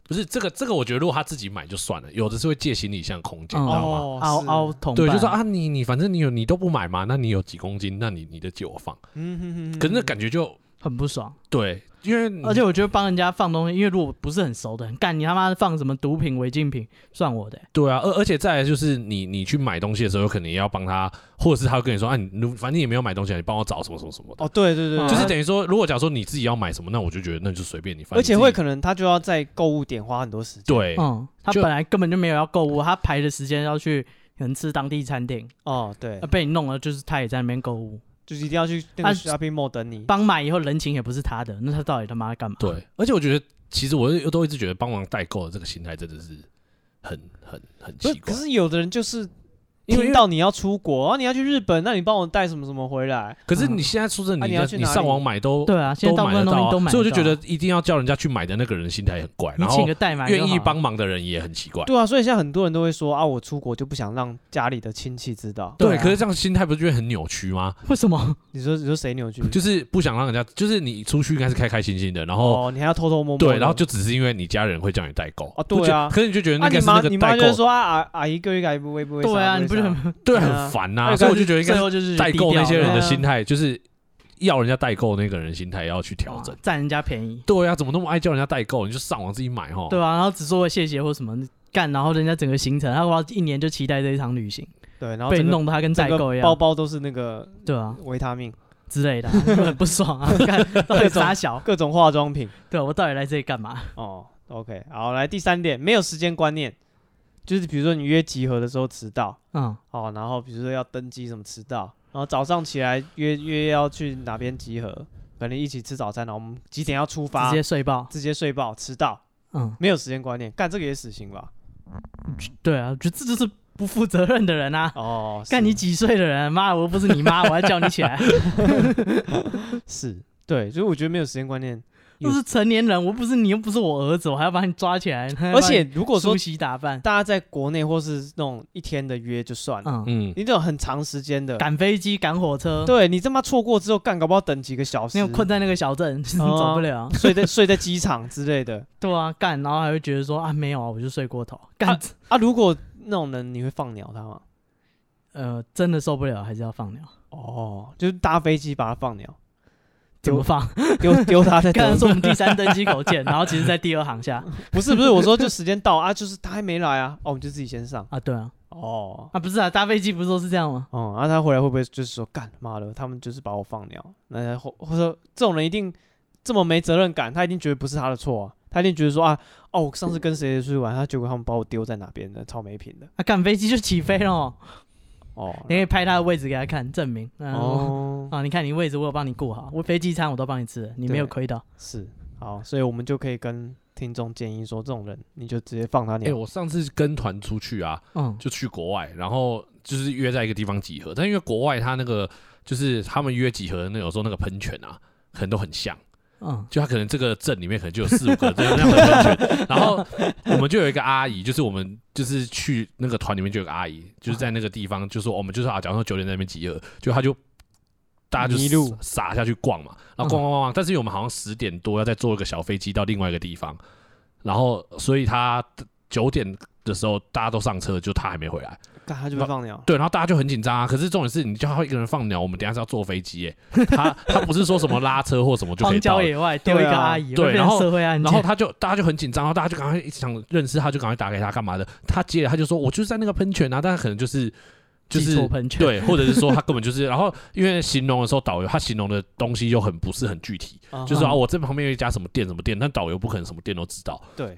不是这个这个，我觉得如果他自己买就算了，有的是会借行李箱空间，
嗯
你知道吗？
哦
凹凹，同
对，就
伴
说，啊，你你反正你有你都不买嘛，那你有几公斤，那你你的借我放。
是嗯哼哼哼
可是那感觉就
很不爽。
对，因为
而且我觉得帮人家放东西，因为如果不是很熟的人，干你他妈的放什么毒品、违禁品，算我的欸、
对啊，而而且再来就是你你去买东西的时候，有可能也要帮他，或者是他会跟你说啊，你你反正也没有买东西啊，你帮我找什么什么什么的。
哦，对对对，
嗯
就是
他
等于说，如果假如说你自己要买什么，那我就觉得那就随便你，反正
而且
你自
会
己
可能他就要在购物点花很多时间。
对，
嗯，他
就
本来根本就没有要购物，他排的时间要去可能吃当地餐厅，
哦，对
呃，，被你弄了，就是他也在那边购物，
就是一定要去那个
啊
shopping mall 等你。
帮买以后人情也不是他的，那他到底他妈
啊
干嘛？
对，而且我觉得其实我又都一直觉得帮忙代购的这个心态真的是很很很
不是，
奇
可
怪，
是有的人就是
因为
听到你要出国，然啊后你要去日本，那你帮我带什么什么回来？
可是你现在说真
啊
的，
你
你
要
在
去
你
哪里
上网买都
对啊，现在
都
大部
买得
分东西
到
都
啊，
买得到啊，
所以我就觉得一定要叫人家去买的那个人心态很怪，
你
然
请
后
个代买就好
愿
了，
意帮忙的人也很奇怪。
对啊，所以现在很多人都会说啊，我出国就不想让家里的亲戚知道。
对啊
对，可是这样心态不是就会很扭曲吗？
为什么？
你说你说谁扭曲？
就是不想让人家，就是你出去应该是开开心心的，然后
哦，你还要偷偷摸摸的。
对，然后就只是因为你家人会叫你代购
哦对啊
我觉得可是你就觉得
啊，
那
你
个是
妈
那
你
个
妈
代
就是
购，
说啊啊阿姨各一个不会不会啥。
对啊，
不
你
会
不是
啥
很
对，
对啊
很烦
还
呐。
有
所以我
就是
就觉得应该
最
是
后就是
代购那些人的
低调
心态，就是要人家代购那个人心态也要去调整
啊。占人家便宜，
对啊，怎么那么爱叫人家代购？你就上网自己买哈。
对啊，然后只说谢谢或什么干，然后人家整个行程，他我要一年就期待这一场旅行，
对，然后
被
整个
弄得他跟代
整个
购一
包
样，
包都是那个
对啊
维他 命，
之类的啊， 就很不 爽啊，干到底傻小，
各种化妆品。
对啊我到底来这里干嘛？
哦，OK，好，来第三点，没有时间观念，就是比如说你约集合的时候迟到，
嗯，
哦，然后比如说要登机什么迟到，然后早上起来约约要去哪边集合，可能一起吃早餐，然后我们几点要出发，
嗯直接睡爆，
直接睡爆，迟到，
嗯，
没有时间观念，干这个也死刑吧？
对啊，我觉得这就是不负责任的人啊。
哦，
干
是
你几岁的人？啊妈，我又不是 你妈，我还叫你起来。
是对，所以我觉得没有时间观念，
又是成年人，我不是你，又不是我儿子，我还要把你抓起来。
而且如
我
果说
梳洗打扮，
大家在国内或是那种一天的约就算了，
嗯，
嗯，
你这种很长时间的，
赶飞机、赶火车，
对你他妈错过之后干，搞不好等几个小时
那，种困在那个小镇， 就是
哦
走不了。
睡在睡在机场之类的。
对啊，干，然后还会觉得说啊，没有啊，我就睡过头。干，
啊，如果那种人，你会放鸟他吗？
呃，真的受不了，还是要放鸟。
哦，就是搭飞机把他放鸟，
怎么
丢
放？
丢丢他在
刚
德国
才说我们第三登机口见，然后其实在第二航下
不是不是，我说就时间到啊，就是他还没来啊，哦，我们就自己先上。
啊，对啊，
哦，
啊不是啊，搭飞机不是都是这样吗？
哦、然后他回来会不会就是说干妈的，他们就是把我放鸟？那或或者说这种人一定这么没责任感，他一定觉得不是他的错啊，他一定觉得说啊，哦，我上次跟谁谁出去玩，他结果他们把我丢在哪边的，超没品的。
啊，赶飞机就起飞了，
嗯
哦，
你可以拍他的位置给他看，证明。嗯、哦，
哦，
啊，你看你位置我有帮你顾好，我飞机餐我都帮你吃了，你没有
对
亏到。
是好，所以我们就可以跟听众建议说，这种人你就直接放他鸟。
哎，我上次跟团出去啊，
嗯，
就去国外，然后就是约在一个地方集合，但因为国外他那个就是他们约集合，那有时候那个喷泉啊，可能都很像。
嗯，
就他可能这个镇里面可能就有四五个这样的人群，然后我们就有一个阿姨，就是我们就是去那个团里面就有个阿姨，就是在那个地方，就是我们就是啊，假如说九点在那边集合，就他就大家就
迷路
撒下去逛嘛，然后逛逛逛逛，但是因为我们好像十点多要再坐一个小飞机到另外一个地方，然后所以他九点的时候大家都上车，就他还没回来，
干他就被放鸟。
对，然后大家就很紧张啊。可是重点是你叫他一个人放鸟，我们等一下是要坐飞机耶、他他不是说什么拉车或什么就可
荒
以到
郊
的。
野外丢一个
对啊
阿姨，
对
会变
然后
成社会案件。
然后他就大家就很紧张，然后大家就赶快想认识他，就赶快打给他干嘛的。他接了，他就说我就是在那个喷泉啊，但他可能就是就
记
是
错喷泉，，
对，或者是说他根本就是，然后因为形容的时候导游他形容的东西又很不是很具体，
嗯
啊
就是说啊
哈
我这旁边有一家什么店什么店，但导游不可能什么店都知道，
对，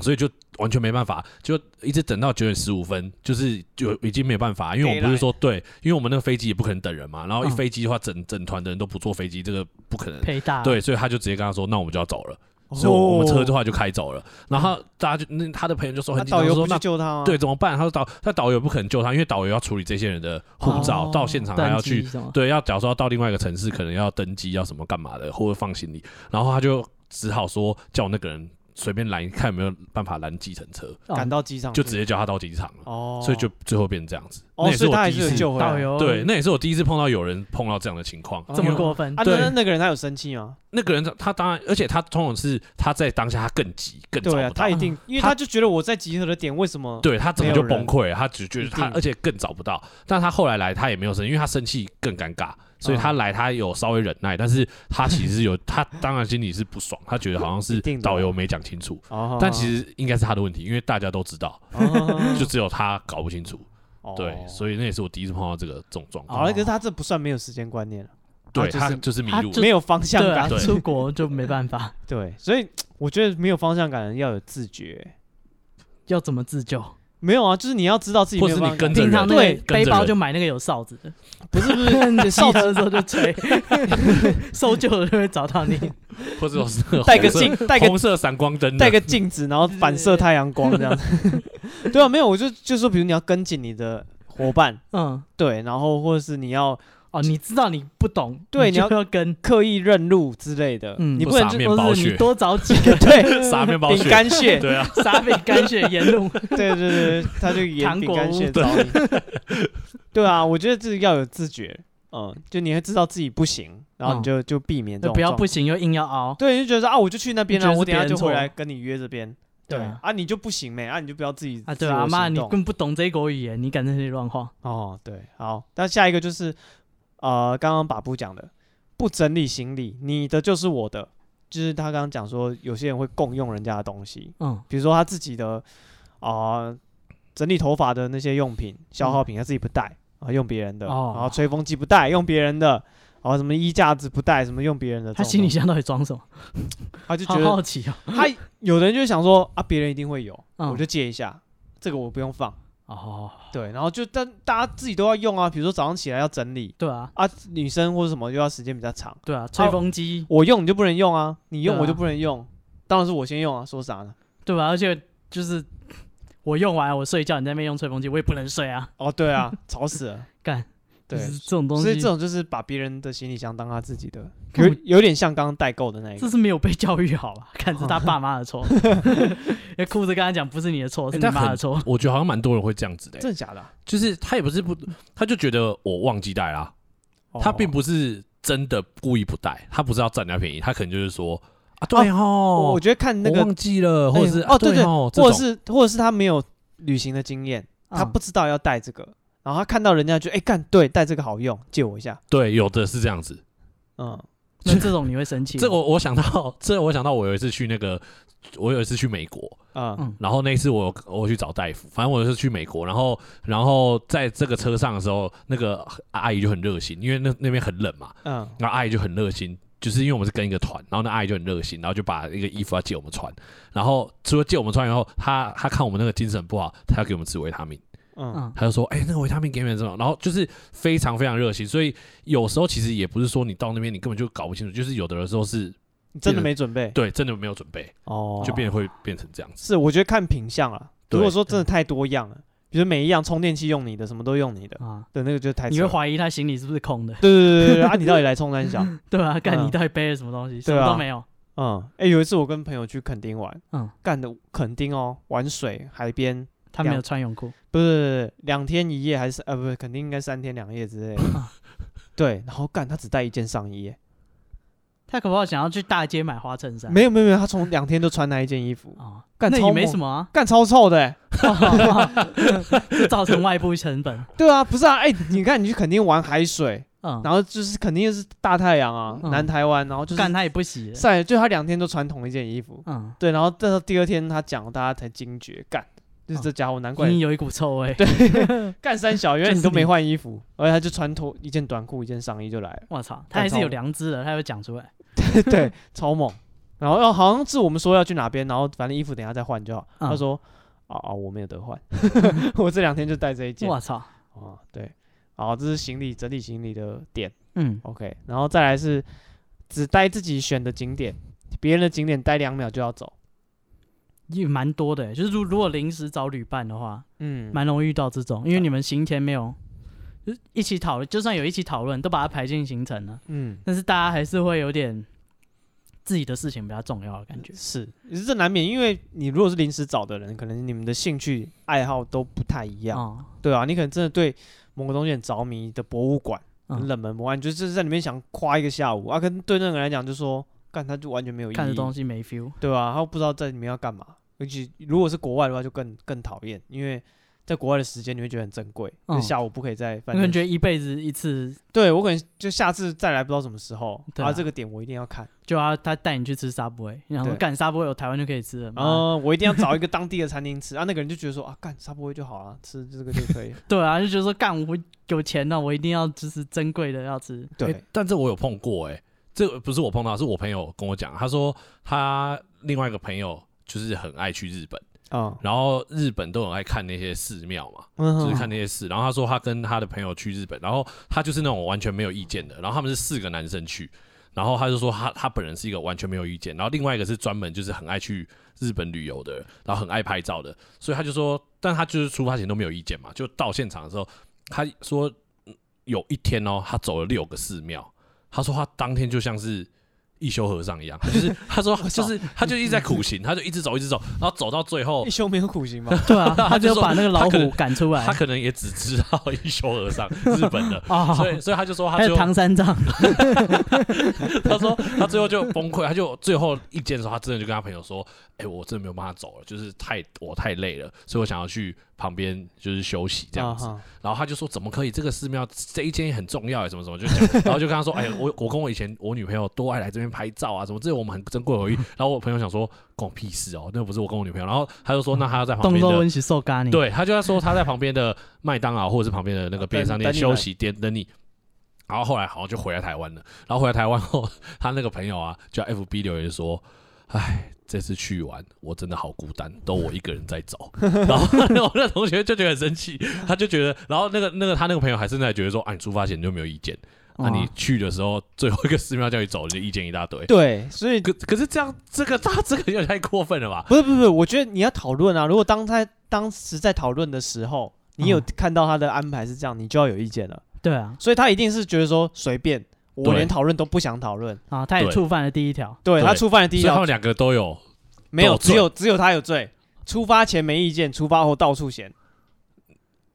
所以就完全没办法，就一直等到九点十五分，就是就已经没办法，因为我们不是说对，因为我们那个飞机也不可能等人嘛，然后一
嗯
飞机的话，整整团的人都不坐飞机，这个不可能。
赔大。
对，所以他就直接跟他说：“那我们就要走了。”所以我们车
哦
就后来就开走了。然后大家就那他的朋友就说
那
很紧张，
导游
说
不去
那
救他吗？
对，怎么办？他说导他导游不可能救他，因为导游要处理这些人的护照，
哦
到现场还要
登
去
记什么？
对，要假如说要到另外一个城市，可能要登机，要什么干嘛的，或者放行李，然后他就只好说叫那个人随便拦，看有没有办法拦计程车，
哦
赶到机场
就直接叫他到机场了，
哦，
所以就最后变成这样子。
哦
那也
所以他
我
还
第一
是有
次
救回来
导游
对，那也是我第一次碰到有人碰到这样的情况。
哦
这么过分
啊，
对
那那个人他有生气吗？
那个人他他当然，而且他通常是他在当下他更急，更找
对啊
不，到
他一。 定，因为
他
他就觉得我在集合的点为什么？
对他整个
没有
就
人
崩溃了，他只觉得
一
他，
定
而且更找不到。但他后来来，他也没有生气，因为他生气更尴尬，所
嗯
以他来他有稍微忍耐，但是他其实有他当然心里是不爽，他觉得好 像
一
是
定的啊
导游没讲清楚，
哦，
但其实应该是他的问题，因为大家都知道，
哦
就只有他搞不清楚。 对，
以
所以那也是我第一次碰到这个这种状
哦
况。
好了，哎可是他这不算没有时间观念了，
对
就
他
是
就是迷
他
路
就
了，
没有方向
对啊
感，，
对
出国就没办法，
对，所以我觉得没有方向感的人要有自觉。
要怎么自救？
没有啊，就是你要知道自己
或
没
者
有
是
方向
你
感，
跟着
平常那
人，
对
个
跟
背
着
包
人
就买那个有哨子的，
不是不是
集
哨
合
子
的时候就吹， 搜救的就会找到你。
或者是 那
带个
红色
镜，带个
红色闪光灯 的，
带个镜子，然后反射太阳光这 样 子。对啊，没有，我就就说，比如你要跟紧你的伙伴，
嗯，
对，然后或者是你要
哦，你知道你不懂，
对
你就要跟，
刻意认路之类的，
嗯
你
不
不能
撒
就
面包
或是
屑
你多找几个
对
撒面包
饼
屑，
干屑，
对啊，
撒饼干屑沿路。
对对对，对他就演
糖
饼
果
干
屋
屑找你。对啊，我觉得这个要有自觉，嗯，就你会知道自己不行，然后你
嗯
就就避免这
就
种
不要
状
不行又硬要凹。
对，你就觉得说啊，我就去那边
你觉
啊，
得是
我等一下
别人
就
错
回来跟你约这边。
对啊
啊，你就不行没啊，你就不要自己
啊，
自
对啊，
我
妈，
行
你
动
更不懂这国语言，你敢在这里乱晃？
哦，对，好，那下一个就是呃，刚刚把布讲的，不整理行李，你的就是我的，就是他刚刚讲说，有些人会共用人家的东西，
嗯，
比如说他自己的啊、呃整理头发的那些用品、消耗品，他自己不带啊、用别人的，
嗯哦
然后吹风机不带，用别人的。然后什么衣架子不带，什么用别人的这种
他
东西，
行李箱到底装什么？
他就觉
好
得
好奇哦。
他有的人就想说啊，别人一定会有，
嗯
我就借一下，这个我不用放。
哦，
对，然后就但大家自己都要用啊，比如说早上起来要整理
对啊，
啊，女生或者什么又要时间比较长，
对啊，吹风机，
我用你就不能用啊，你用
对啊
我就不能用，当然是我先用啊，说啥呢？
对吧？而且就是我用完我睡觉，你在那边用吹风机，我也不能睡啊。
哦，对啊，吵死了，
干，
对
就，是这种东
所以
西，
这种就是把别人的行李箱当他自己的，有
根
有点像刚刚代购的那一
这
个，哦
是没有被教育 好吧？看是他爸妈的 错，要哭着跟他讲不是你的
哎
错，是
欸
你
但
妈的
很
错。
我觉得好像蛮多人会这样子的欸、
真的假的啊？
就是他也不是不，他就觉得我忘记带啦，
哦
他并不是真的故意不带，他不是要占人家便宜，他可能就是说啊，对
哦，
哦
我，觉得看那
我
个，
忘记了，或者是
哎哦
啊
对对
哦，这
或者
种
是或者是他没有旅行的经验，他
嗯
不知道要带这个，然后他看到人家就哎干对带这个好用，借我一下，
对，有的是这样子。
嗯，
那这种你会生气吗？
这我我想到， 这我想到，我有一次去那个，我有一次去美国，
啊、
嗯
然后那一次我有我有去找大夫，反正我是去美国，然后然后在这个车上的时候，那个阿姨就很热心，因为那那边很冷嘛，
嗯，
然后阿姨就很热心，就是因为我们是跟一个团，然后那阿姨就很热心，然后就把一个衣服要借我们穿，然后除了借我们穿以后，她她看我们那个精神不好，她要给我们吃维他命，
嗯
嗯，
她就说，哎、那个维他命给你们什么？然后就是非常非常热心，所以有时候其实也不是说你到那边你根本就搞不清楚，就是有的时候是
你真的没准备，
对真的没有准备，
哦，
就变会变成这样子。
是我觉得看品相啊，
对
如果说真的太多样了，比如每一样充电器用你的，什么都用你的，
啊，
的那个就嗯太扯
你会怀疑他行李是不是空的，
对对对对对，啊，你到底来冲三小？
对吧？干，
嗯
你到底背了什么东西？什
对啊
么都没有。
嗯，哎、有一次我跟朋友去垦丁玩，
嗯，
干的垦丁哦，玩水海边，
他没有穿泳裤，
不是不是不是两天一夜还是呃不是，垦丁应该三天两夜之类的
啊
对，然后干他只带一件上 衣耶，
他可不好想要去大街买花衬衫。
没有没有没有，他从两天都穿那一件衣服，
啊，
干
那
超
也没
猛
什么啊，
干超臭的耶，啊
就造成外部 成本。
对啊，不是啊，哎、你看你去垦丁玩海水，
嗯，
然后就是肯定是大太阳啊，
嗯
南台湾，然后就是
干他也不洗了。
晒，就他两天都穿同一件衣服，
嗯，
对，然后到第二天他讲，大家才惊觉，干，
嗯
就是这家伙，难怪
隐隐有一股臭味。
干三小，原来你
就是
都
你
没换衣服，而且他就穿脱一件短裤、一件上衣就 来了，
我操，他还是有良知的，他会讲出来。
对，超猛。然后哦好像是我们说要去哪边，然后反正衣服等一下再换就好。
嗯
他说：“啊啊，我没有得 换，我这两天就带这一件。”
我操，
啊，对，好，这是行李整理行李的点
嗯，
，OK。然后再来是只带自己选的景点，别人的景点待两秒就要走，
也蛮多的欸。就是如如果临时找旅伴的话，
嗯，
蛮容易遇到这种，因为你们行前没有就是一起讨论，就算有一起讨论，都把它排进行程了，
嗯
但是大家还是会有点自己的事情比较重要的感觉。
是，这难免，因为你如果是临时找的人，可能你们的兴趣爱好都不太一样，
哦，
对啊，你可能真的对某个东西很着迷的博物馆，很
嗯
冷门博物馆，你就是在里面想花一个下午啊，跟对那个人来讲，就说干他就完全没有意
看着
义，
东西没 feel，
对吧、他不知道在里面要干嘛，尤其如果是国外的话，就更更讨厌，因为在国外的时间你会觉得很珍贵，就
嗯
下午不可以在
你
饭
可能
店
觉得一辈子一次
对我可能就下次再来，不知道什么时候。
对
啊，
啊
这个点我一定要看，
就要他带你去吃 Subway，然后
对
干 Subway 有台湾就可以吃了嘛。
然
哦
后我一定要找一个当地的餐厅吃。啊，那个人就觉得说啊，干沙波威就好了，吃这个就可以 了。
对啊，就觉得说干我有钱了，我一定要就是珍贵的要 吃。
对
欸，但这我有碰过哎、这个不是我碰到，是我朋友跟我讲，他说他另外一个朋友就是很爱去日本，
啊，
然后日本都很爱看那些寺庙嘛，
嗯
就是
哼
看那些寺。然后他说他跟他的朋友去日本，然后他就是那种完全没有意见的，然后他们是四个男生去。然后他就说他他本人是一个完全没有意见，然后另外一个是专门就是很爱去日本旅游的，然后很爱拍照的，所以他就说，但他就是出发前都没有意见嘛，就到现场的时候，他说嗯有一天哦，他走了六个寺庙，他说他当天就像是一休和尚一样，他就是 他说就是他就一直在苦行，他就一直走一直走，然后走到最后
一，休没有苦行吗？
对啊，
他
他只
就
有
说
把那个老
他可能
虎赶出来
他可能也只知道一休和尚日本 的，
啊，
所以所以他就说他
还有
就哦
唐三藏，
他说他最后就崩溃，他就最后意见的时候，他真的就跟他朋友说：“哎、我真的没有办法走了，就是太我太累了，所以我想要去旁边就是休息这样子。
啊哈
然后他就说：“怎么可以？这个寺庙这一间也很重要耶，什么什么就 讲。”然后就跟他说：“哎、我我跟我以前我女朋友多爱来这边拍照啊，什么这是我们很珍贵的回忆。”然后我朋友想说：“关我屁事哦，那不是我跟我女朋友。”然后他就说：“那他要在旁
动
边
作
的
温习受咖
嗯
喱。，
对他就在说他在旁边的麦当劳或者是旁边的那个便利商店
啊等等你
休
来
息点等你。然后后来好像就回来台湾了，然后回来台湾后，他那个朋友啊，叫 FB 留言说：“哎，这次去玩我真的好孤单，都我一个人在 走。”然后我那同学就觉得很生气，他就觉得，然后那个那个他那个朋友还是在觉得说：“啊，你出发前就没有意见，那、
哦
你去的时候最后一个寺庙叫你走，你就意见一大堆。
对，所以”
可可是这样，这个他这个有点太过分了 吧？
不是不是，不是我觉得你要讨论啊。如果当他当时在讨论的时候，你有
嗯
看到他的安排是这样，你就要有意见了。
对啊，
所以他一定是觉得说随便，我
对
连讨论都不想讨论。
啊，他也
对
触犯了第一条，
对他
对
触犯了第
所
一
以他
条
们两个都有
没有，
都有罪
只有只有他有罪。出发前没意见，出发后到处嫌。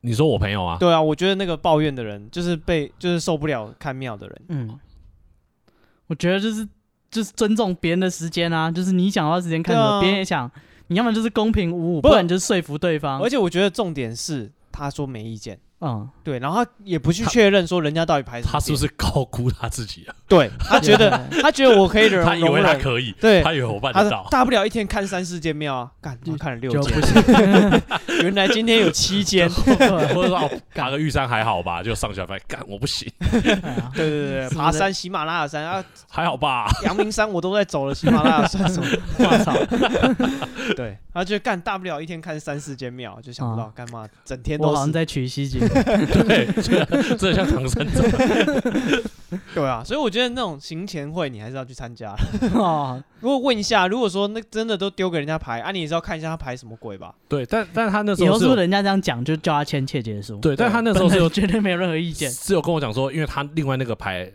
你说我朋友啊，
对啊，我觉得那个抱怨的人就是被就是受不了看庙的人。
嗯，我觉得就是就是尊重别人的时间啊，就是你想要时间看什
对
么，
啊
别人也想，你要么就是公平无误，
不
不然就是说服对方
啊
而。且我觉得重点是他说没意见，
嗯，
对，然后他也不去确认说人家到底排什么
他是不
是？
是高估他自己啊？
对他觉 得
对
他觉得我可以忍
他以
容
为他
忍，
可以，
对，
他以为我办
他
得
说
到。
大不了一天看三四间庙啊，干他妈看了六
嗯就
间
不，
原来今天有七 间。
或者说哦爬个玉山还好吧，就上下班干我不行，
哎呀
对对对
是不
对，
是
爬山喜马拉雅山啊，
还好吧？
阳明山我都在走了，喜马拉雅山什么？
我啊操，
对，他就干大不了一天看三四间庙，就想不到
啊
干嘛整天
我
都
好像
是。
在取西 经。
对，这这像唐三藏。
对啊，所以我觉得那种行前会你还是要去参加。
哦，
如果问一下，如果说那真的都丢给人家排，啊，你也是要看一下他排什么鬼吧？
对，但但他那时
以
候
后是
是
不是
有
人家这样讲，就叫他签切结书？
对，但他那时候是
本人
有
绝对没有任何意见。
是有跟我讲说，因为他另外那个排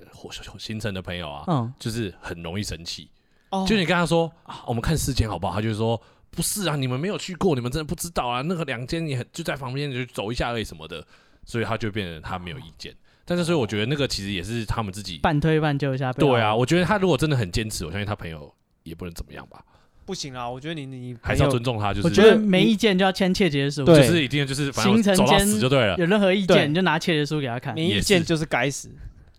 行程的朋友啊，
嗯，
就是很容易生气，
哦，
就你跟他说啊，我们看四间好不好？他就说。不是啊，你们没有去过，你们真的不知道啊。那个两间也很就在旁边，你就走一下而已什么的，所以他就变成他没有意见。但是所以我觉得那个其实也是他们自己
半推半就一下。被
对啊，
老
我觉得他如果真的很坚持，我相信他朋友也不能怎么样吧，
不行啦，我觉得你你朋
还是要
友
尊重他，就
我
是
觉得没意见就要签切结书。
对
就是一定就是反正
行程
走到
间
死就对了，
有任何意
对
见你就拿切结书给他看。
没意
也是
见就是该死，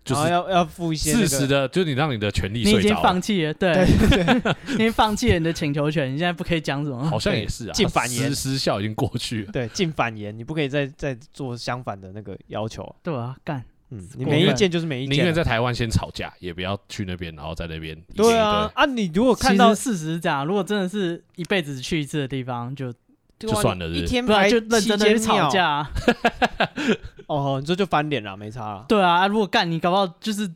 就
然后
是
要要付一些那
事
个
实的，就是你让你的权利
你已
睡
经
着了
放，弃了，对， 你已经放弃了你的请求权，你现在不可以讲什么。
好像
对
也 是啊，
进反言
失失效已经过去 了，
对进反言，你不可以再再做相反的那个要求。
对啊，干，
嗯，你
过
没意
分
见就是没意
宁愿
见。
在台湾先吵架，也不要去那边，然后在那边一
对
起
啊，啊，你如果
其
看到
实事实是这样，如果真的是一辈子去一次的地方，就
对啊
就算了
你
是
一
不是
天
不然
排
啊就认
七
真的
间
去吵
庙
架啊。
哦，你这就翻脸了，没差了。
对
嗯
啊，啊如果干你搞不好就是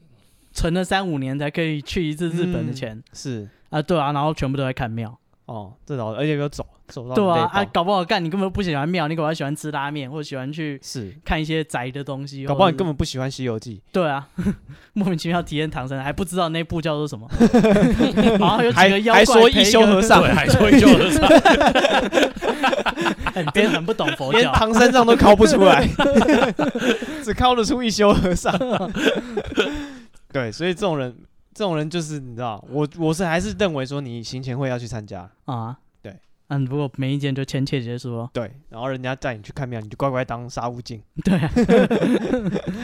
存了三五年才可以去一次日本的钱
是
啊，对啊，然后全部都在看庙，
哦，这倒是，而且又走走到
对啊，
累爆
啊，搞不好干你根本不喜欢庙，你搞不好喜欢吃拉面，或者喜欢去
是，
看一些宅的东西，
搞不好你
或者是
根本不喜欢《西游记
对啊， 莫名其妙体验唐僧，还不知道那部叫 做什么，然后有》，几个
还
妖怪
还说
陪
一休和尚
对，，啊还 说一休和尚，
很真的很不懂佛
连
教，
唐三藏都考不出来，只考得出一休和尚。对，所以这种人，这种人就是你知道，我我是还是认为说你行前会要去参加，
啊，
对，
嗯，不过没意见就签切结束咯。
对，然后人家带你去看庙，你就乖乖当沙悟净，
对、啊，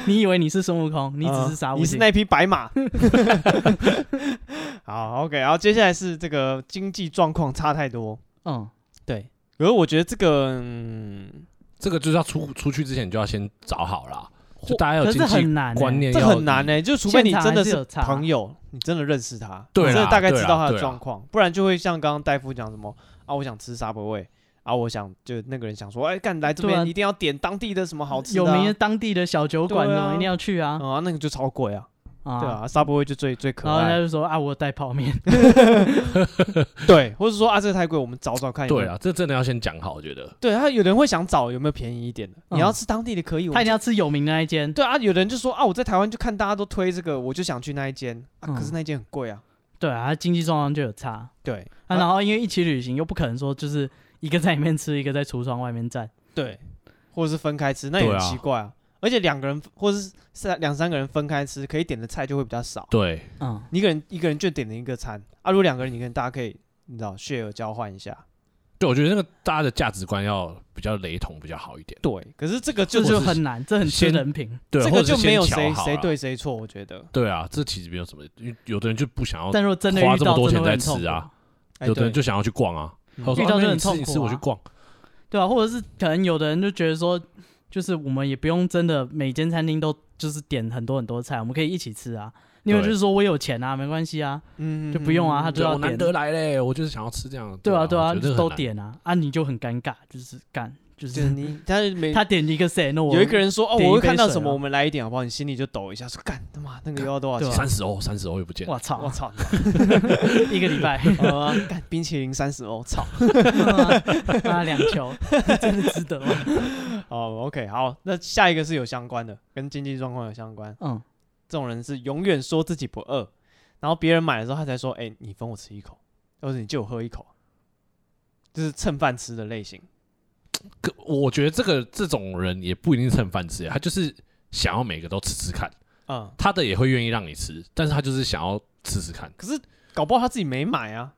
你以为你是孙悟空，你只是傻
嗯
悟
你是
净
那匹白 马。 好，OK，然后接下来是这个经济状况差太多，
嗯，
对，可是我觉得这个，嗯，
这个就是要出出去之前你就要先找好啦，就
或
大家有
可是
经
很
济
难欸
观念
这
要
很难呢、就除非你
现场
真的
还是
是
有差
朋友，你真的认识他，
对
你真的
啦
大概
对
知
啦
道他的
对啦
状况，不然就会像刚刚戴夫讲什么啊，我想吃沙伯味啊，我想就那个人想说，哎，干来这
对啊
边一定要点当地的什么好吃的
有
啊、
名的当地的小酒馆
对啊
哦，一定要去啊，
嗯啊，那个就超贵啊，
啊，
对啊，沙伯味就最最可
然后人家
爱，
就说啊，我有带 泡面，
对，或者说啊，这个太贵，我们找找
欸
看有没有
对啊，这真的要先讲好，我觉得
对他有人会想找有没有便宜一点的，你要
嗯
吃当地的可以，我
他一
们
定要吃有名的那一间，
对啊，有人就说啊，我在台湾就看大家都推这个，我就想去那一间啊，可是
嗯
那一间很贵啊，
对啊，他经济状况就有差
对
啊，然后因为一起旅行又不可能说就是一个在里面吃，一个在橱窗外面站，
对，或者是分开吃，那也
对
很
啊
奇怪啊。而且两个人或者是三两三个人分开吃，可以点的菜就会比较少。
对
嗯，
你一个人一个人就点了一个餐啊，如果两个人，你跟大家可以你知道 share 交换一下。
对，我觉得那个大家的价值观要比较雷同比较好一点，
对，可是这个就
这
是
就很难，这很吃
先
人品。
对，
这
或
个
者
就是没
先
有
瞧
谁
好啊
谁
啦
对谁错，我觉得。
对啊，这其实没有什么，因为有的人就不想要，
但如果真的遇到，
花这么多
真的
钱
会
在
很
吃啊
痛苦，
哎
有的
对嗯
人就想要去逛啊，他说
嗯遇到就
啊那
很
你吃
痛
你吃
苦
我
啊
去逛，
对啊，或者是可能有的人就觉得说，就是我们也不用真的每间餐厅都就是点很多很多菜，我们可以一起吃啊。因为
对
就是说我有钱啊，没关系啊，
嗯
就不用啊他就
对
要
我难
点
得来嘞，我就是想要吃这样，
对啊
啊
对啊，
我觉得
就
很
都
难，
点啊，啊你就很尴尬，就是干就
就是
是
你，嗯他每
他点一个 say no，
有一个人说哦，
点
我会
一杯
看到
水
什么，
啊
我们来一点好不好？你心里就抖一下，说干啊他妈那个又要多少
对啊
钱？
三十欧三十欧也不见，
我
我
操，
操！
一个礼拜
啊，干冰淇淋三十欧，操！
啊两球，真的值得吗？
哦，OK，好，那下一个是有相关的，跟经济状况有相关。
嗯，
这种人是永远说自己不饿，然后别人买的时候他才说：“哎、你分我吃一口，或者你借我喝一口。”就是蹭饭吃的类型。
可我觉得这个这种人也不一定蹭饭吃，他就是想要每个都吃吃看，
嗯，
他的也会愿意让你吃，但是他就是想要吃吃看。
可是搞不好他自己没买啊。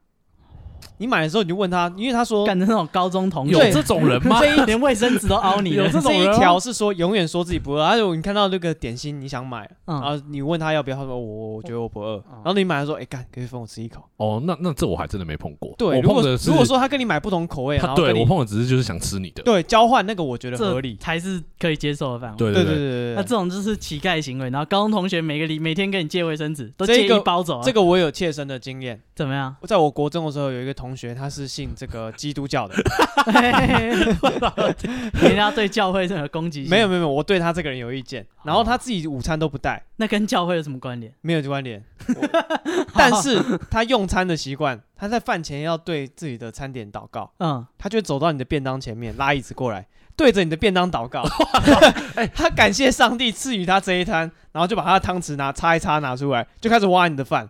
你买的时候你就问他，因为他说
干的那种高中同
有
学，
这种人吗？
这一
连卫生纸都凹你
有
了，
这哦
种
一条是说永远说自己不饿，而且你看到那个点心你想买，然
嗯，
后你问他要不要，他说哦我我觉得我不饿，
嗯
然后你买的时候，哎、干可以分我吃一口。
哦，那那这我还真的没碰过。
对，
我
如
碰
果
的是
如果说他跟你买不同口味，然
他
后跟
对
你
我碰的只是就是想吃你的。
对交换那个，我觉得合
这
理。
才是可以接受的范围。
对
对
对
对对
那这种就是乞丐行为，然后高中同学每个礼每天跟你借卫生纸，都
这
借
个
一包走、啊，
这个我有切身的经验。
怎么 样？
在我国中的时候，有一个同学，他是信这个基督 教的。
人家对教会这有攻击性，
没有没有没有，我对他这个人有意见。然后他自己午餐都不带，
那跟教会有什么关联？
没有关 联。我但是他用餐的习惯，他在饭前要对自己的餐点祷告，
嗯，
他就会走到你的便当前面，拉椅子过来，对着你的便当祷告。 哎他感谢上帝赐予他这一餐，然后就把他的汤匙拿擦一擦拿出来，就开始挖你的饭。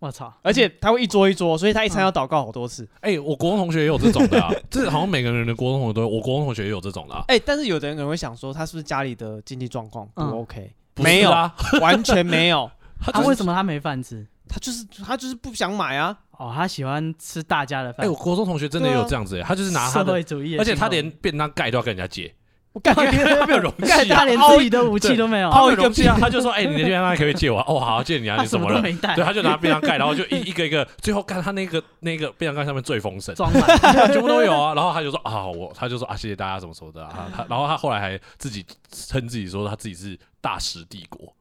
我操，
而
嗯
且他会一桌一桌，所以他一餐要祷告好多次。
哎、我国中同学也有这种的、啊， 这好像每个人的国中同学都有，我国中同学也有这种的、啊。
哎、但是有的人可能会想说，他是不是家里的经济状况不
嗯
OK？、
不是
没有，
啊，
完全没有。
他
啊，
就是
为什么他没饭吃？
他就是他就是不想买啊。
哦，他喜欢吃大家的
哎、
饭，
我国中同学真的也有这样子、哎，他就是拿他
社
的，
会主义的
而且
精神，
他连便当盖都要跟人家借，
我 感觉
他没有容器、啊，
他连自己的武器都没有，
凹
他
一
一
个
个屁啊！
屁
他就说：“哎、你的便当可不可以借我啊？哦，好，借你啊，
他
你怎
什
么
都
了？
没带
对，，他就拿便当盖，然后就一一个一个，最后看他那个那个便当盖上面最丰盛，
装 满。
全部都有啊。然后他就说啊，我他就说啊，谢谢大家什么什么的 啊。他然后他后来还自己称自己说他自己是大食帝国，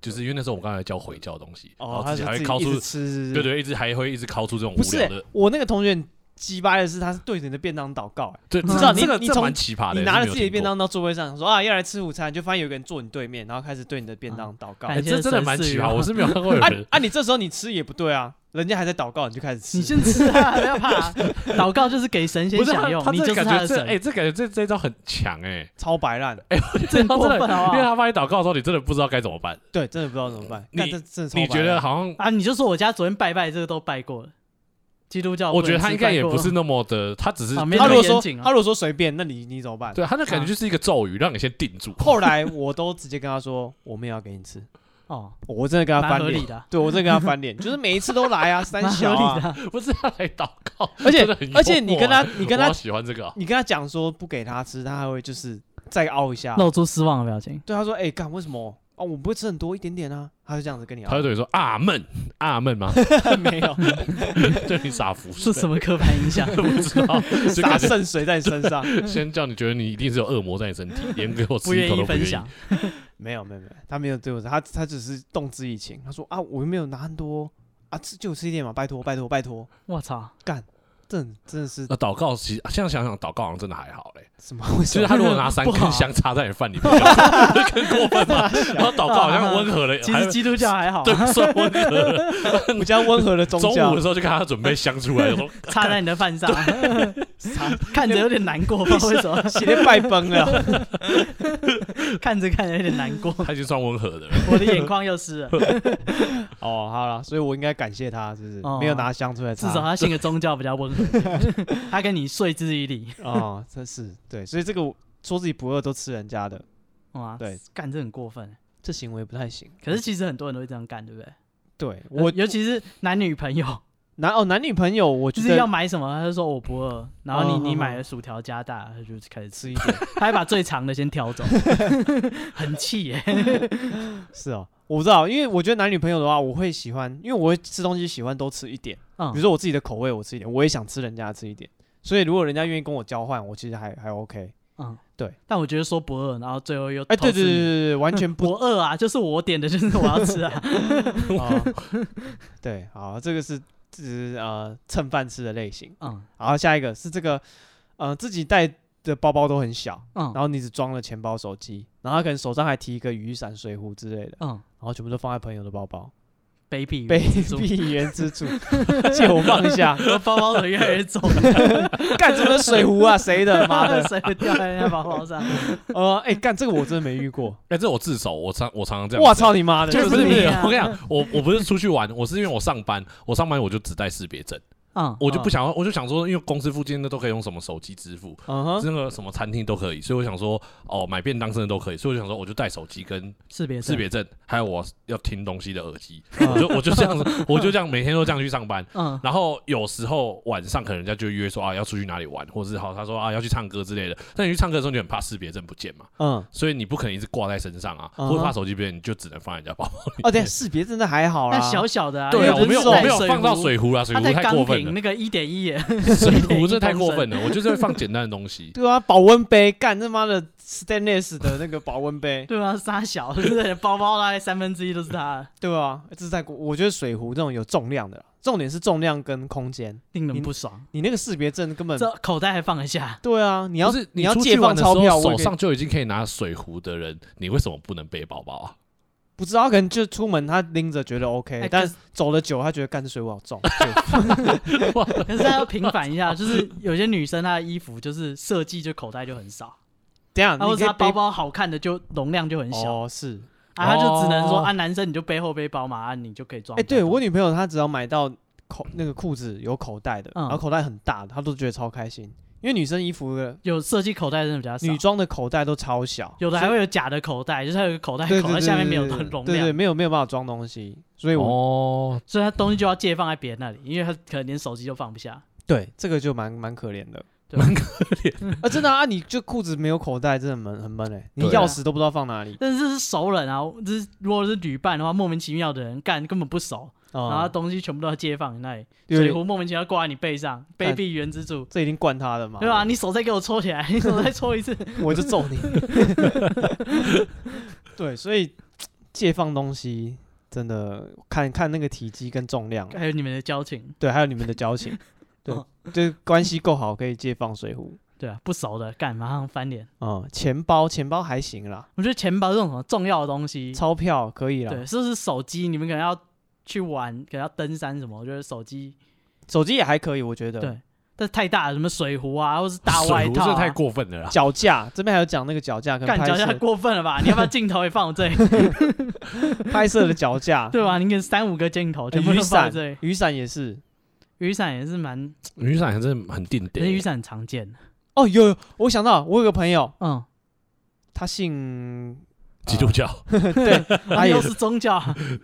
就是因为那时候我刚才教回教的东西，然
哦，
后
他
己
是自
还会
己
掏
一直
出，
吃，
对对，一直还会一直掏出这种
不
无
是、
聊的，
我那个同学鸡掰的是，他是对着你的便当祷告、欸
对，
嗯
知
这
道这
个
个
你
这
从
蛮奇葩的，
你拿了
了
自己的便，当到座位上，说啊要来吃午餐，就发现有个人坐你对面，然后开始对你的便当祷告。
哎
哎，
啊
这真的蛮奇葩，我是没有 看过有
啊
人，
啊！你这时候你吃也不对啊，人家还在祷告，你就开始吃。
你先吃啊，不要怕。祷告就是给神
不
仙
是他
享用
他，
你就
这
是
感
他的
觉这
神，
哎，这感觉这这一招很强哎，
超白烂，
这很
他
过
真的
分
哦
好不
因为
好？
他帮你祷告的时候，你真的不知道该怎么办，
对，真的不知道怎么办。
你
干这真的超白
你
烂
觉得好像。
啊，你就说我家昨天拜拜，这个都拜过了，基督教
我
不
觉得
能
他
吃
应该
拜
也
过
不是那么的，他只是
啊没
他如果
那么
说
严谨啊
他如果说随便，那你你怎么办？
对他那感觉就是一个咒语，让你先定住。
啊后来我都直接跟他说，我没有要给你吃，
哦，
我真的跟他
蛮
翻
合理
脸。
的啊，
对我真的跟他翻脸，就是每一次都来啊，三
蛮合
小
理
啊，
的啊。
不是他来祷告，
而且
真的很幽默
而且你跟他
欸，
你跟他
我好喜欢这个啊，
你跟他讲说不给他吃，他还会就是再凹一 下。
露出失望的表情。
对他说，哎，干为什么？哦，我不会吃很多一点点啊，他就这样子跟你
他就
凹。
对你说阿门阿门吗？
没有，
对你傻福
是什么刻板印 象？
不知道，就
洒
感觉
圣水在你身 上。
先叫你觉得你一定是有恶魔在你身体，连给我
不
吃一
愿
口
意
都不愿
分
意。
享，
没有没有没有，他没有对我，他他只是动之以情。他说啊，我又没有拿很多啊，吃就吃一点嘛，拜托拜托拜托。
我操！
这很真的是
那祷告其实现在想想，祷告好像真的还好嘞。
什么？为什
其实
么
他如果拿三
不好
根香插在你饭里面，更过分吧？然后祷告好像温和了，
其
还
实基督教还好啊，
对算温和了。
我们家温和的宗
中
教
午的时候就看他准备香出来，说
插在你的饭上， 看着有点难过，不知道为什 么？
直接拜崩了。
看着看着有点难 过，
他已经算温和的了。
我的眼眶又湿 了。
哦，好了，所以我应该感谢他，是不是？
哦
没有拿香出来
至
插，
少
啊
他信个宗教比较温和， 他跟你睡之以理。
哦，真是对，所以这个我说自己不饿都吃人家的，
哇，
对，
干这很过分。
这行为不太行。
啊可是呃其实很多人都会这样干，对不对？
对我
尤其是男女朋友，
男哦男女朋友，我
就
觉
是要
得
买什么，他就说我不饿，然后
哦
你你
哦
买了薯条加大，他就开始吃
吃一点
他还把最长的先挑 走，很气耶、
是哦。我不知道，因为我觉得男女朋友的话，我会喜欢，因为我会吃东西喜欢都吃一点。比如
嗯，
说我自己的口味，我吃一点，我也想吃人家的吃一点。所以如果人家愿意跟我交换，我其实还还 OK。
嗯，
对。
但我觉得说不饿，然后最后又
哎，对
偷
对
吃
对对对，完全不
我饿啊，就是我点的，就是我要吃 啊。
啊。对，好，这个是这是呃蹭饭吃的类型。
嗯
然后下一个是这个呃自己带的包包都很小，然
嗯
后你只装了钱包、手机，然后他可能手上还提一个雨伞、水壶之类的，
嗯
然后全部都放在朋友的包包。
卑鄙
卑
原住民，
鄙原之主，借我放一下，
我包包怎么越来 越重？
干什么水壶啊？谁的？妈的！
谁会掉在人家包包上？
呃，哎，干这个我真的没遇过。
哎，这我自首，我常我常常这样子。
我操你 妈的！
就
这
就
是不
是
是不是
你啊，
我跟你讲，我我不是出去玩，我是因为我上班，我上班我就只带识别证，
嗯，
我就不想要，我就想说，因为公司附近的都可以用什么手机支付，
嗯哼，
那个什么餐厅都可以，所以我想说，哦，买便当真的都可以，所以我就想说，我就带手机跟
识别
识
证
别证，还有我要听东西的耳机，
嗯
我就我就这样子，我就这样每天都这样去上班。
嗯
然后有时候晚上可能人家就约说啊要出去哪里玩，或者是好他说啊要去唱歌之类的，但你去唱歌的时候你很怕识别证不见嘛，
嗯，
所以你不可能一直挂在身上啊，
嗯哼
或者怕手机不见，你就只能放在人家包包里。
哦，对，识别真的还好啦
那。小小的啊，
对
又
啊，我
不是
没有我
在
没有
水
放到
壶，
水壶啊，水
它
壶
在
太过
钢
分
瓶
了，
那个一点一耶，
水壶
瓶
这太
公
过
升
分了，我就是会放简单的东 西。
对啊，保温杯，干他妈的 stainless 的那个保温杯，
对啊，沙小，对，包包大概三分之一都是他的，
对吧？这是在国，我觉得水壶这种有重量的啦，重点是重量跟空间。
令人不爽。
你那个识别证根本
这口袋还放得下，
对啊，你
你
要
是
要
出去
借放
玩的时
钞
候
票，我也
手
可以
上就已经可以拿水壶的人，你为什么不能背包包啊？
不知道，可能就出门他拎着觉得 OK，、
哎可
但
是
走了久他觉得干这水壶好重，就
可是他要平反一下，就是有些女生她的衣服就是设计就口袋就很少，
这 样
啊，或
你可
者
以
她包
背
包好看的就容量就很小，
哦是，
啊，她就只能说
哦
啊，男生你就背后背包嘛，啊，你就可以装
哎、
比较多。
对我女朋友她只要买到口那个裤子有口袋的，
嗯
然后口袋很大的，她都觉得超开心，因为女生衣服的
有设计口袋真的比较少
女，装的口袋都超小，
有的还会有假的口袋，就是它有个口袋，
对对
口袋
对
下面
对
没有
对
容
对对，
量，
没有没有办法装东西，所以我、
哦，
所以她东西就要借放在别人那里，因为她可能连手机都放不下。
对这个就蛮蛮可怜的，
对
蛮可怜啊，真的啊，啊你就裤子没有口袋，真的很闷很闷哎、你
对啊
钥匙都不知道放哪 里
但是这是熟人啊，这是如果是旅伴的话，莫名其妙的人干根本不熟，然后
啊
他，东西全部都要借放你那里，
有
水
点
壶莫名其妙挂在你背上，卑
干
鄙原之主，
这已经惯他了嘛，
对啊吧？你手再给我抽起来， 你手再抽一次，
我就揍 你。对，所以借放东西真的看看那个体积跟重量，啊
还有你们的交情，
对，还有你们的交情。
哦
就是关系够好可以借放水壶。
对啊，不熟的干马上翻脸。
嗯，钱包钱包还行啦，
我觉得钱包这种什么重要的东西，
钞票可以啦
对，，就是手机，你们可能要去玩，可能要登山什么，我觉得手机
手机也还可以，我觉得。
对，但是太大了，什么水壶啊，或是大外
水壶
套、
是
啊，
太过分了啦，
脚架这边还有讲那个脚架跟
干
拍
脚架
摄
过分了吧？你要不要镜头也放我这里？
拍摄的脚架， 呃
对吧？你给三五个镜头，全部
雨
都放
伞
在这里。
雨伞也是。
雨伞也是蛮，
雨伞还是很定
可是雨
点。
伞很常见。
哦，有有，我想到我有个朋友，
嗯，
他姓
基 督教，
对，他
他
也
又是宗教。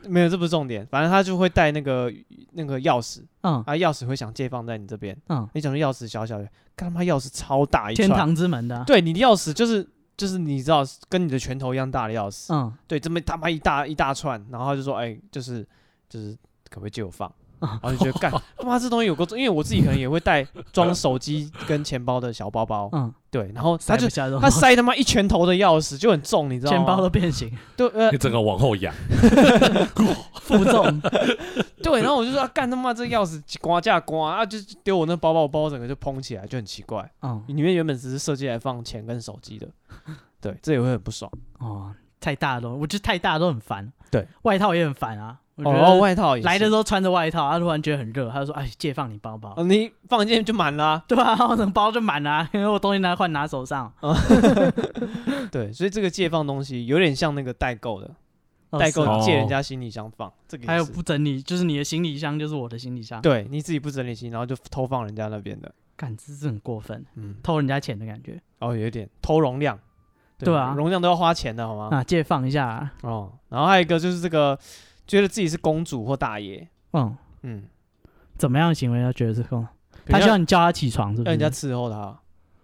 没有，这不是重点，反正他就会带那个那个钥匙，
嗯
啊，钥匙会想借放在你这边，
嗯，
你讲的钥匙小小的，干他妈钥匙超大一
天
串，
堂之门的啊。
对，你的钥匙就是就是你知道跟你的拳头一样大的钥匙，
嗯，
对，这么他妈一大一大串，然后他就说，哎、就是就是可不可以借我放？
嗯
然后就觉得 干他妈这东西有够重，因为我自己可能也会带装手机跟钱包的小包包，
嗯，
对，然后
塞
哦他
不
就
下这种
他塞他妈一拳头的钥匙就很重，你知道吗？
钱包都变形，
对呃
你整个往后仰，
哦
负重。
对，然后我就说啊干他妈这钥匙刮架刮啊，就丢我那包包，我包包整个就蓬起来，就很奇怪。
嗯，
里面原本只是设计来放钱跟手机的，对，这也会很不爽。
哦，太大的东西，我觉得太大的都很烦。
对，
外套也很烦啊。我觉
哦，然后
得
外套也是
来的时候穿着外套，他突然觉得很热，他就说：“哎，借放你包包。
哦，你放进去就满啦、
对吧、啊？ 我整包就满了、因为我东西拿换拿手上，
哦对，所以这个借放东西有点像那个代购的，
哦
代
是啊
购
哦
借人家行李箱放，这个也
还有
是
不整理，就是你的行李箱就是我的行李箱，，
对你自己不整理行李，然后就偷放人家那边的，
干这是很过分，
嗯，
偷人家钱的感觉
哦，有一点偷容量，
对啊
容量都要花钱的好吗？
啊！借放一下、啊，
哦，然后还有一个就是这个觉得自己是公主或大爷，
嗯，
嗯，
怎么样的行为要觉得是空？
比如
他
要
需要你叫他起床，是不
让人家
是？
伺候他。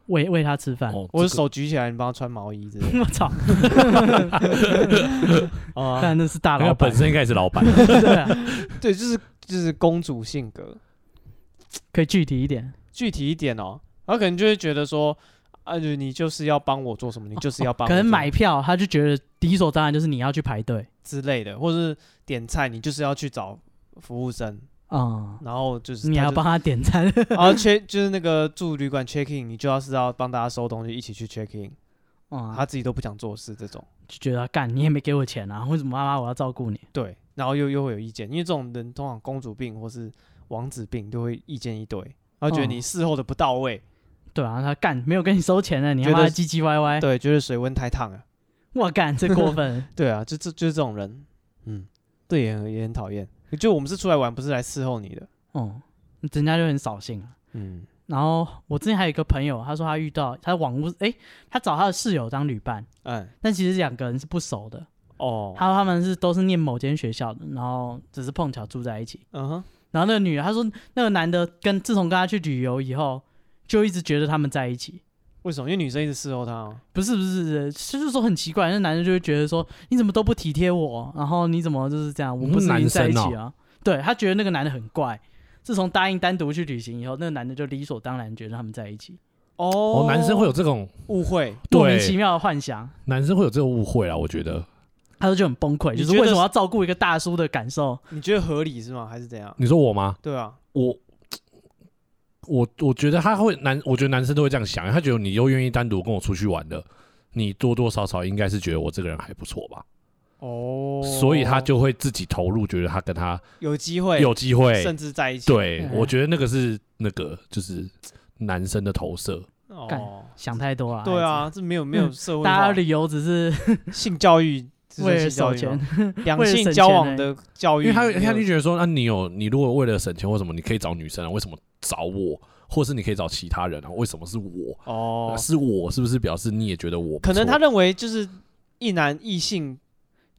喂喂他吃饭，
哦
我的
这个
手举起来，你帮他穿毛衣之类的。
我 操！
哦啊，
但那是大
那
老
个
板
本，身应该是老板，
对啊，
对，就是就是公主性格，
可以具体一点，
具体一点哦。然后可能就会觉得说，啊，就你就是要帮我做什么，你就是要帮我
哦可
做什
能
么、
买票，他就觉得理所当然就是你要去排队，
之类的，或是点菜，你就是要去找服务生，
嗯，
然后就是
你还
他
要
就
帮，他点餐，
然后 check 就是那个住旅馆 check in，你就要是要帮大家收东西，一起去 check in，、
嗯，
他自己都不想做事这种，
就觉得干你也没给我钱啊，为什么妈妈我要照顾你？
对，然后又又会有意见，因为这种人通常公主病或是王子病都会意见一堆，然后觉得
嗯
你事后的不到位，
对啊，他干没有跟你收钱呢，你他
觉
妈
得
唧唧歪歪。
对，觉得水温太烫了。
我干，这过分
对啊，就这就是这种人，嗯，对，也很也很讨厌。就我们是出来玩，不是来伺候你的，
哦，人家就很扫兴啊。
嗯，
然后我之前还有一个朋友，他说他遇到他网屋，诶，他找他的室友当旅伴，
哎，
但其实两个人是不熟的，
哦，
他说他们是都是念某间学校的，然后只是碰巧住在一起。
嗯哼，
然后那个女的，他说那个男的跟自从跟他去旅游以后，就一直觉得他们在一起。
为什么？因为女生一直伺候他哦，
不是不是，不是就是说很奇怪，那男的就会觉得说你怎么都不体贴我，然后你怎么就是这样，我们不是已经在一起
男
啊？对他觉得那个男的很怪。自从答应单独去旅行以后，那个男的就理所当然觉得他们在一起，
哦
哦，男生会有这种，
误会，
莫名其
对，
妙的幻想，
男生会有这种误会啊，我觉得。
他就很崩溃，
你
就是
觉得
为什么要照顾一个大叔的感受？
你觉得合理是吗？还是怎样？
你说我吗？
对啊，
我我我觉得他会男，我觉得男生都会这样想，他觉得你又愿意单独跟我出去玩的，你多多少少应该是觉得我这个人还不错吧，
哦，
所以他就会自己投入，觉得他跟他
有机会，
有机会。
甚至在一起，，
对，
嗯
我觉得那个是那个就是男生的投射，
哦
干，想太多了。
对啊，这没有没有
嗯
社
孩子，
会
大家
化
旅游只是
性教育，这算
为了
性教
省
育吗
钱，
两
为了
性
省
交
钱
往
而已
的教
因
育
为
没有，
他他就觉得说，那、啊你有你如果为了省钱或什么，你可以找女生啊，为什么找我，或是你可以找其他人啊，为什么是我？
哦
啊，是我是不是表示你也觉得我不
可能
错
他认为就是一男异性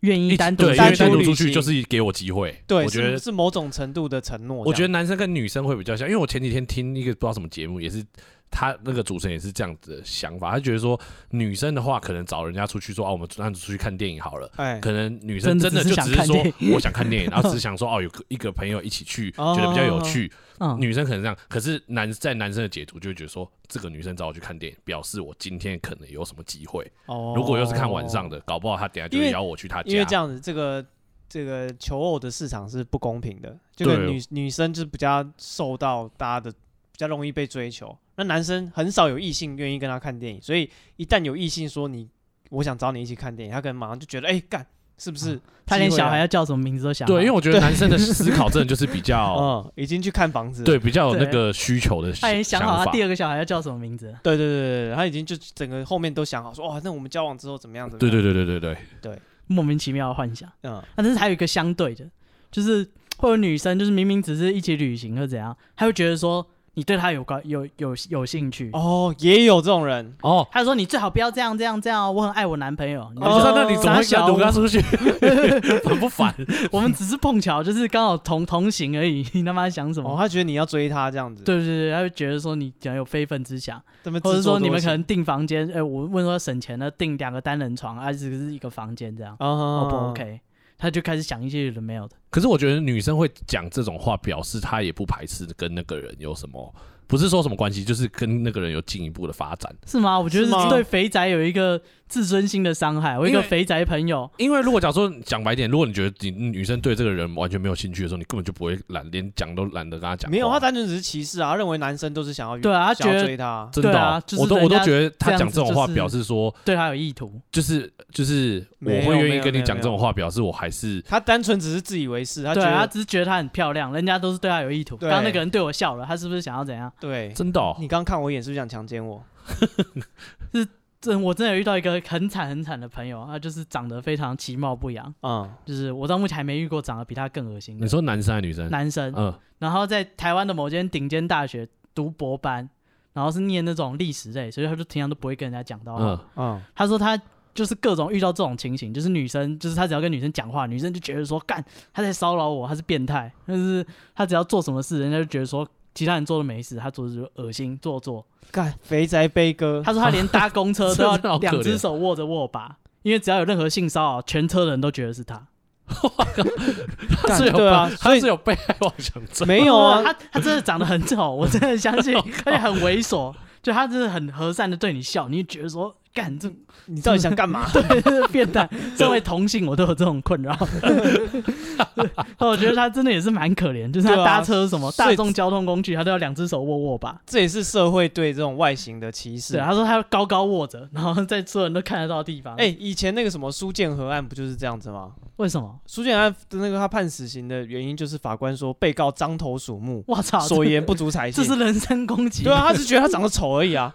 愿
一
意
起
单独
对，因
单
为
去
单
独
独
旅
出去
行
就是给我机会。
对，
我觉
是
得
是某种程度的承诺这样。
我觉得男生跟女生会比较像，因为我前几天听一个不知道什么节目，也是他那个主持人也是这样子的想法，他觉得说女生的话可能找人家出去说啊，我们单独出去看电影好了。
哎，
可能女生真
真
的
的
就
只是
只是
想看
说
电
我想看电影，然后只是想说哦，有个一个朋友一起去，
哦
觉得比较有趣。
嗯，
女生可能这样，可是男在男生的解读就会觉得说，这个女生找我去看电影，表示我今天可能有什么机会。
哦
如果又是看晚上，的，搞不好他等下就
因为
邀我去他家。
因为这样子，这个这个求偶的市场是不公平的，就
对
跟女女生就是比较受到大家的比较容易被追求。那男生很少有异性愿意跟他看电影，所以一旦有异性说你我想找你一起看电影，他可能马上就觉得哎干、是不
啊
是？
他连小孩
要
要叫什么名字都想好
对，因为我觉
对
得男生的思考真的就是比 较
嗯已经去看房子了，
哦对比较有那
对
个需求的
他已经
想
想好他
法
第二个小孩要叫什么名字。
对对对对对，他已经就整个后面都想好说哇那我们交往之后怎么样怎么
对
样？
对对对对对，
莫名其妙的幻想。
嗯
啊，但是还有一个相对的，就是会有女生，就是明明只是一起旅行或怎样，她会觉得说你对她有关有有有兴趣。
哦也有这种人，
哦。
她说你最好不要这样这样这样哦，我很爱我男朋友。你就
哦，
说
那你怎么会
傻
单
小
独跟他出 去？ 烦不烦？
我们只是碰巧，就是刚好同同行而已。你他妈想什么？
哦他觉得你要追他这样子，，
对对对，他会觉得说你讲有非分之想，
他们
或者
自作
说你
多
们可
情
能订房间，哎、我问说省钱的订两个单人床，啊，只是一个房间这样，
啊
哦、不 OK？他就开始想一些有的没有的。
可是我觉得女生会讲这种话，表示她也不排斥跟那个人有什么，不是说什么关系，就是跟那个人有进一步的发展。
是吗？我觉得
是吗
是对肥宅有一个自尊心的伤害。我一
因
个
为
肥宅朋友，
因为如果假如说讲白点，如果你觉得你女生对这个人完全没有兴趣的时候，你根本就不会懒，连讲都懒得跟她讲话。
没有，他单纯只是歧视啊，他认为男生都是想要
对啊他
想要
觉得
追他，
真的哦、
对啊就是
我都
人
我
家
都觉得他讲这种话，
这样子就是
表示说
对他有意图，
就是就是我
没有
会
没
愿意
有
跟你
没有
讲
没
这
有
种话，表示我还是
他单纯只是自以为是，他觉
对啊他
得
只是觉得她很漂亮，人家都是对她有意图。
对
刚刚那个人对我笑了，他是不是想要怎样？
对，
真的哦、
你刚看我一眼是不是想强奸我？
这我真的有遇到一个很惨很惨的朋友，他就是长得非常其貌不扬，
嗯，
就是我到目前还没遇过长得比他更恶心
你
的
说男生还是女生？
男生。
嗯，
然后在台湾的某间顶尖大学读博班，然后是念那种历史类，所以他就平常都不会跟人家讲到话。
嗯，
嗯，
他说他就是各种遇到这种情形，就是女生，就是他只要跟女生讲话，女生就觉得说干他在骚扰我，他是变态。但是他只要做什么事，人家就觉得说其他人做的没事，他做的就恶心做作。
干肥宅悲歌，
他说他连搭公车都
真的
要
好可怜
两只手握着握把，因为只要有任何性骚扰，全车的人都觉得是他。
他
干
是有
对啊
被
所
他
以
是有被害妄想症。
没有啊，
哦他他真的长得很丑，我真的相信， 而且很猥琐。就他真的很和善的对你笑，你就觉得说干这
你到底想干嘛？
对，就是变态。身为同性，我都有这种困扰。哦我觉得他真的也是蛮可怜，就是他
对啊
搭车什么、
所以
大众交通工具，他都要两只手握握把。
这也是社会对这种外形的歧视
对，。啊他说他要高高握着，然后在所有人都看得到的地方。
哎，以前那个什么苏建和案不就是这样子吗？
为什么？
苏建和案的那个他判死刑的原因就是法官说被告獐头鼠目，
我操，
所
这
言不足采
这
信。
是人身攻击。
对啊，，他是觉得他长得丑而已啊，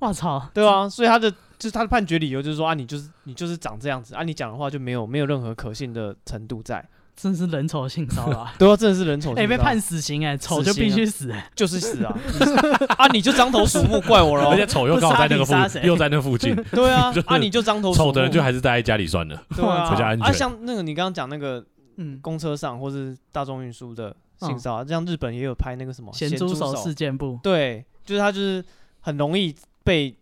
我操，
对啊，所以他的就是他的判决理由就是说啊，你就是你就是长这样子啊，你讲的话就没有没有任何可信的程度在。
真是人丑性骚扰 啊。
对啊，真的是人丑性骚扰。
哎，被判死刑哎，
啊
丑就必须死哎。
就是死啊！你是啊，你就獐头鼠目，怪我
而
喽
且？丑又刚好在那个附
不杀你杀谁
又在那 附近，
对啊
就，是
啊，你就獐头鼠目。
丑的人就还是待在家里算了。
对啊，
比较安全
啊，像那个你刚刚讲那个
嗯，
公车上或是大众运输的性骚扰，像日本也有拍那个什么
咸
哦猪
猪手事件部。
对，就是他就是很容易被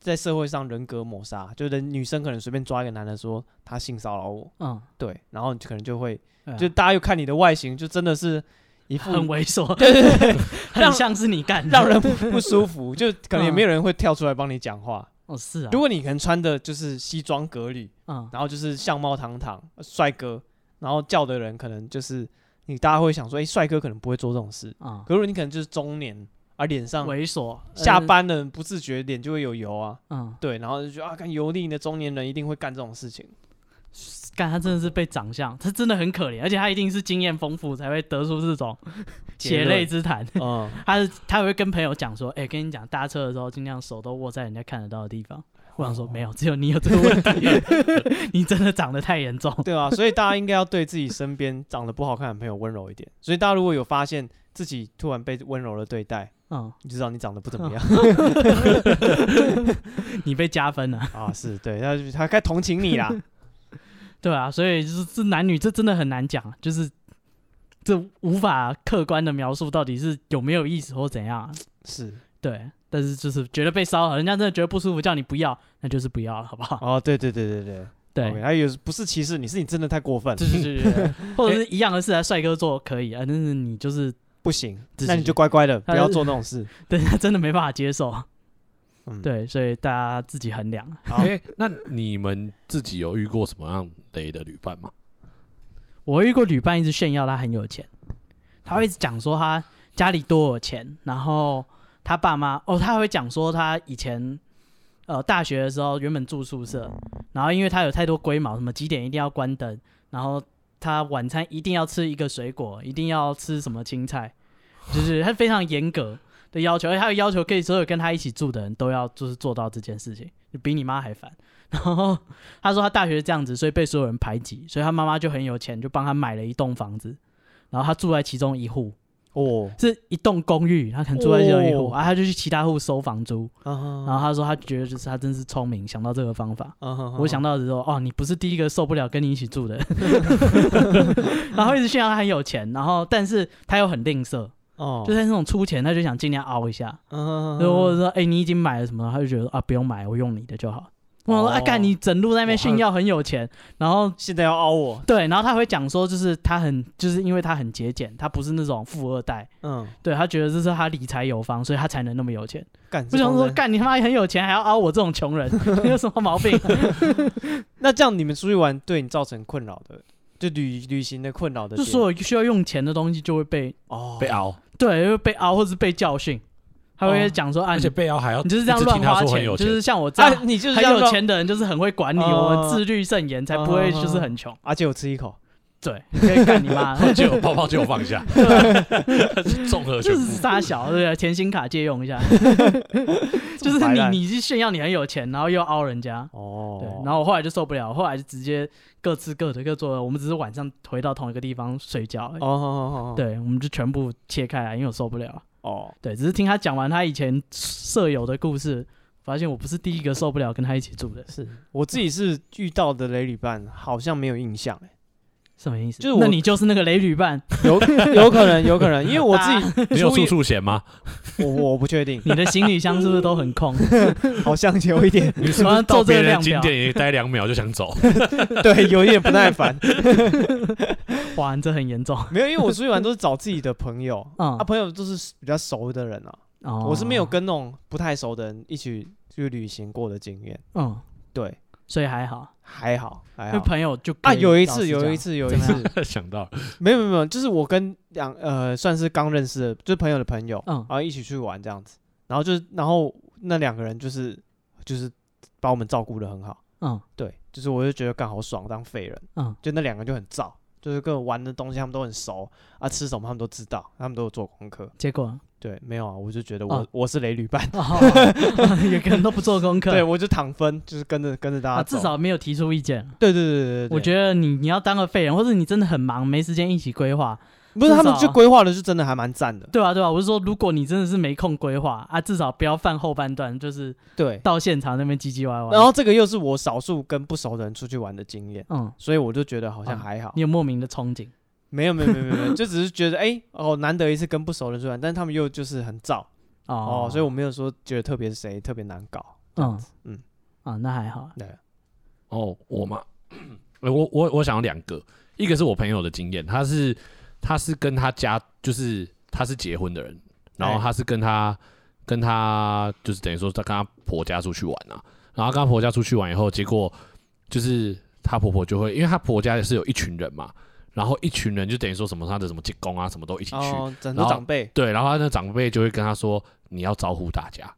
在社会上人格抹杀，就是女生可能随便抓一个男的说他性骚扰我，
嗯，
对，然后你可能就会
对啊
就大家又看你的外形，就真的是一副
很猥琐，
对对对，
很
让
像是你干的。
让人不不舒服，就可能也没有人会跳出来帮你讲话。
哦是啊
如，果你可能穿的就是西装革履，
嗯，
然后就是相貌堂堂、呃帅哥，然后叫的人可能就是你，大家会想说，哎、帅哥可能不会做这种事。
啊，
可是如果你可能就是中年，而脸上
猥琐，
下
呃
班了不自觉脸就会有油啊，
嗯，
对，然后就觉得啊，看油腻的中年人一定会干这种事情。
干他真的是被长相，他真的很可怜，而且他一定是经验丰富才会得出这种
结
血
论
泪之谈。
嗯，
他是他会跟朋友讲说，哎、跟你讲，搭车的时候尽量手都握在人家看得到的地方。我想说，
哦
没有，只有你有这个问 题，你真的长得太严重。
对啊，所以大家应该要对自己身边长得不好看的朋友温柔一点。所以大家如果有发现自己突然被温柔的对待，
嗯，
你就知道你长得不怎么样
你被加分了，
啊，是对，他就他该同情你 啦。
对啊，所以就是这男女这真的很难讲，就是这无法客观的描述到底是有没有意思或怎样。啊
是
对，但是就是觉得被骚扰，人家真的觉得不舒服，叫你不要，那就是不要了，好不好？
哦，对对对对对
对
OK，，他有不是歧视你，是你真的太过分了
对，对对对对，或者是一样的事，来帅哥做可以啊，但是你就是
不行，
是
那
是
你就乖乖的，
他
不要做那种事。
对他真的没办法接受，
嗯，，
对，所以大家自己衡量。啊
好，
哎，那你们自己有遇过什么样雷的旅伴吗？
我遇过旅伴一直炫耀他很有钱，他会一直讲说他家里多有钱，然后他爸妈哦，他还会讲说他以前呃大学的时候原本住宿舍，然后因为他有太多龟毛，什么几点一定要关灯，然后他晚餐一定要吃一个水果，一定要吃什么青菜，就是他非常严格的要求，而且他有要求可以所有跟他一起住的人都要就是做到这件事情，就比你妈还烦。然后他说他大学这样子，所以被所有人排挤，所以他妈妈就很有钱，就帮他买了一栋房子，然后他住在其中一户，
哦，
是一栋公寓，他可能住在其中一户，
哦嗯
啊，他就去其他户收房租。
然
然后他说他觉得就是他真是聪明，想到这个方法。
我
我想到的时候，哦，你不是第一个受不了跟你一起 住的，然后一直炫耀他很有钱，然后但是他又很吝啬，
哦，
就是那种出钱他就想尽量凹一下，
嗯，
然后或者说哎、你已经买了什么，他就觉得啊不用买，我用你的就好。我想说啊，
哦
干你整路在那边
哇
炫耀很有钱，然后
现在要凹我，
对，然后他会讲说，就是他很，就是因为他很节俭，他不是那种富二代，
嗯，
对他觉得这是他理财有方，所以他才能那么有钱。
干，
我
这
想
帮
说，
人，
干你他妈也很有钱，还要凹我这种穷 人，你有什么毛病？
那这样你们出去玩对你造成困扰的，就旅旅行的困扰的
就
点，
所有需要用钱的东西就会被
哦，
被熬，
对，会被凹或是被教训，他会
哦
讲说啊，
而
你
且被熬还要
你就是这样
一直
乱
听他
花
说很
钱，
有
就
钱
是像我这
啊，
样
你就是
很
要
有
让，
钱的人，就是很会管你，
哦
我们自律慎言，才不会就是很
哦
穷。
而且有啊吃一口，
对，可以干你 妈，
就泡泡就 放下， 综合全
啊就
部
是傻 小，对不对？甜心卡借用一下，就是
这么白
你
烂
你是炫耀你很有钱，然后又凹人家，
哦，
对。然后我后来就受不了，后来就直接各吃各的，各做。我们只是晚上回到同一个地方睡觉而已，
哦哦哦，哦，
对，我们就全部切开来，因为我受不了。
哦，
对，只是听他讲完他以前舍友的故事，发现我不是第一个受不了跟他一起住的，
是我自己是遇到的雷旅伴，好像没有印象， 欸
什么意思？
就是我
那你就是那个雷旅伴，
有有可能，有可能，因为我自
你
己
有
出
处
去，
处险吗？
我我不确定，
你的行李箱是不是都 很空？
好像有一 点，
你是不
我要
是
做
到
这个
别人
量
的景
表
点也待两秒就想走？
对，有一点不耐烦，
哇，你这很严重。
没有，因为我出去玩都是找自己的朋友，
嗯
啊，朋友都是比较熟的人啊，
哦
我是没有，跟那种不太熟的人一起去旅行过的经验，
嗯，
对，
所以还好。
还好，还
因为
好。
朋友就可
啊，
以
有一
老
次，
实
有
讲
一，次，有一
怎么
次，
想到
没有没有没有，就是我跟两呃算是刚认识的，就是朋友的朋友，
嗯
然后一起去玩这样子，然后就是然后那两个人就是就是把我们照顾的很好，
嗯
对，就是我就觉得刚好爽当废人，
嗯，
就那两个就很燥，就是跟我玩的东西他们都很熟啊，吃什么他们都知道，他们都有做功课，
结果
对，没有啊，我就觉得我、
哦
我是雷旅 伴，
哦，有个人都不做功课，
对我就躺分，就是跟着跟着大
啊，
家
至
走，
少没有提出意见。
对对对对对，
我觉
得
得你你要当个废人，或者你真的很忙，没时间一起规划，
不是他们
至
就
少
规划的是真的还蛮赞的，
对啊吧、对吧、我是说，如果你真的是没空规划啊，至少不要犯后半段，就是
对，
到现场那边唧唧歪歪。
然后这个又是我少数跟不熟的人出去玩的经验。
嗯，
所以我就觉得好像
啊
还好，
你有莫名的憧憬，
没有没有没有没有没 有，就只是觉得哎、哦，难得一次跟不熟的人出来，但是他们又就是很燥
哦
哦所以我没有说觉得特别谁特别难搞，
嗯嗯
嗯
啊，那还好，
对，
哦，我嘛，呃我我我想要两个，一个是我朋友的经验，他是他是跟他家就是他是结婚的人，然后
哎
他是跟他跟他就是等于说他跟他婆家出去玩啊，然后跟他婆家出去玩以后，结果就是她婆婆就会，因为她婆家也是有一群人嘛，然后一群人就等于说什么她的什么职工啊什么都一起去，
哦，很
然
多
后
长辈
对，然后他的长辈就会跟他说你要招呼大家，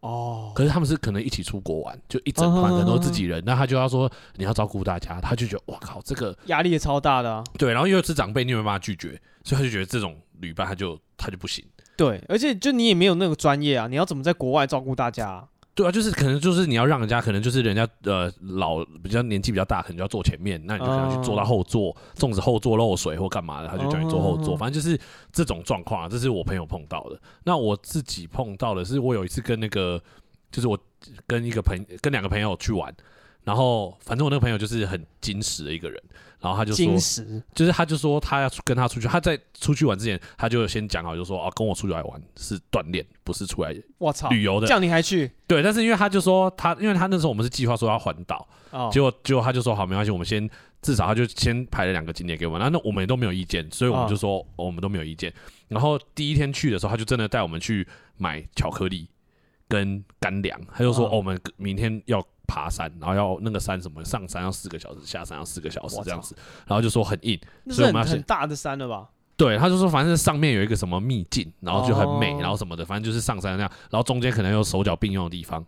哦，
可是他们是可能一起出国玩，就一整团人都自己人，那他就要说你要照顾大家，他就觉得哇靠，这个
压力也超大的、啊，
对，然后因为是长辈，你有没有办法拒绝，所以他就觉得这种旅伴他就他就不行。
对，而且就你也没有那个专业啊，你要怎么在国外照顾大家、啊？
对啊，就是可能就是你要让人家，可能就是人家呃老比较年纪比较大，可能就要坐前面，那你就可能去坐到后座，粽子后座漏水或干嘛的，他就叫你坐后座。
哦
反正就是这种状况啊，这是我朋友碰到的。那我自己碰到的是，我有一次跟那个就是我跟一个朋跟两个朋友去玩，然后反正我那个朋友就是很矜持的一个人，然后他就说
金石
就是他就说他要出跟他出去，他在出去玩之前，他就先讲好，就说哦、跟我出去来玩是锻炼，不是出来
我操，
旅游
这
的。
样你还去
对，但是因为他就说他，因为他那时候我们是计划说要环岛，
哦？
结果结果他就说好没关系，我们先至少他就先排了两个景点给我们，那那我们也都没有意见，所以我们
哦
就说、哦我们都没有意见。然后第一天去的时候，他就真的带我们去买巧克力跟干粮，他就说、
哦
哦我们明天要爬山，然后要那个山什么上山要四个小时，下山要四个小时
我操
这样子，然后就说很硬，
那
所
是
以我们
很
要先
很大的山了吧？
对，他就说反正上面有一个什么秘境，然后就很美，
哦
然后什么的，反正就是上山那样，然后中间可能有手脚并用的地方。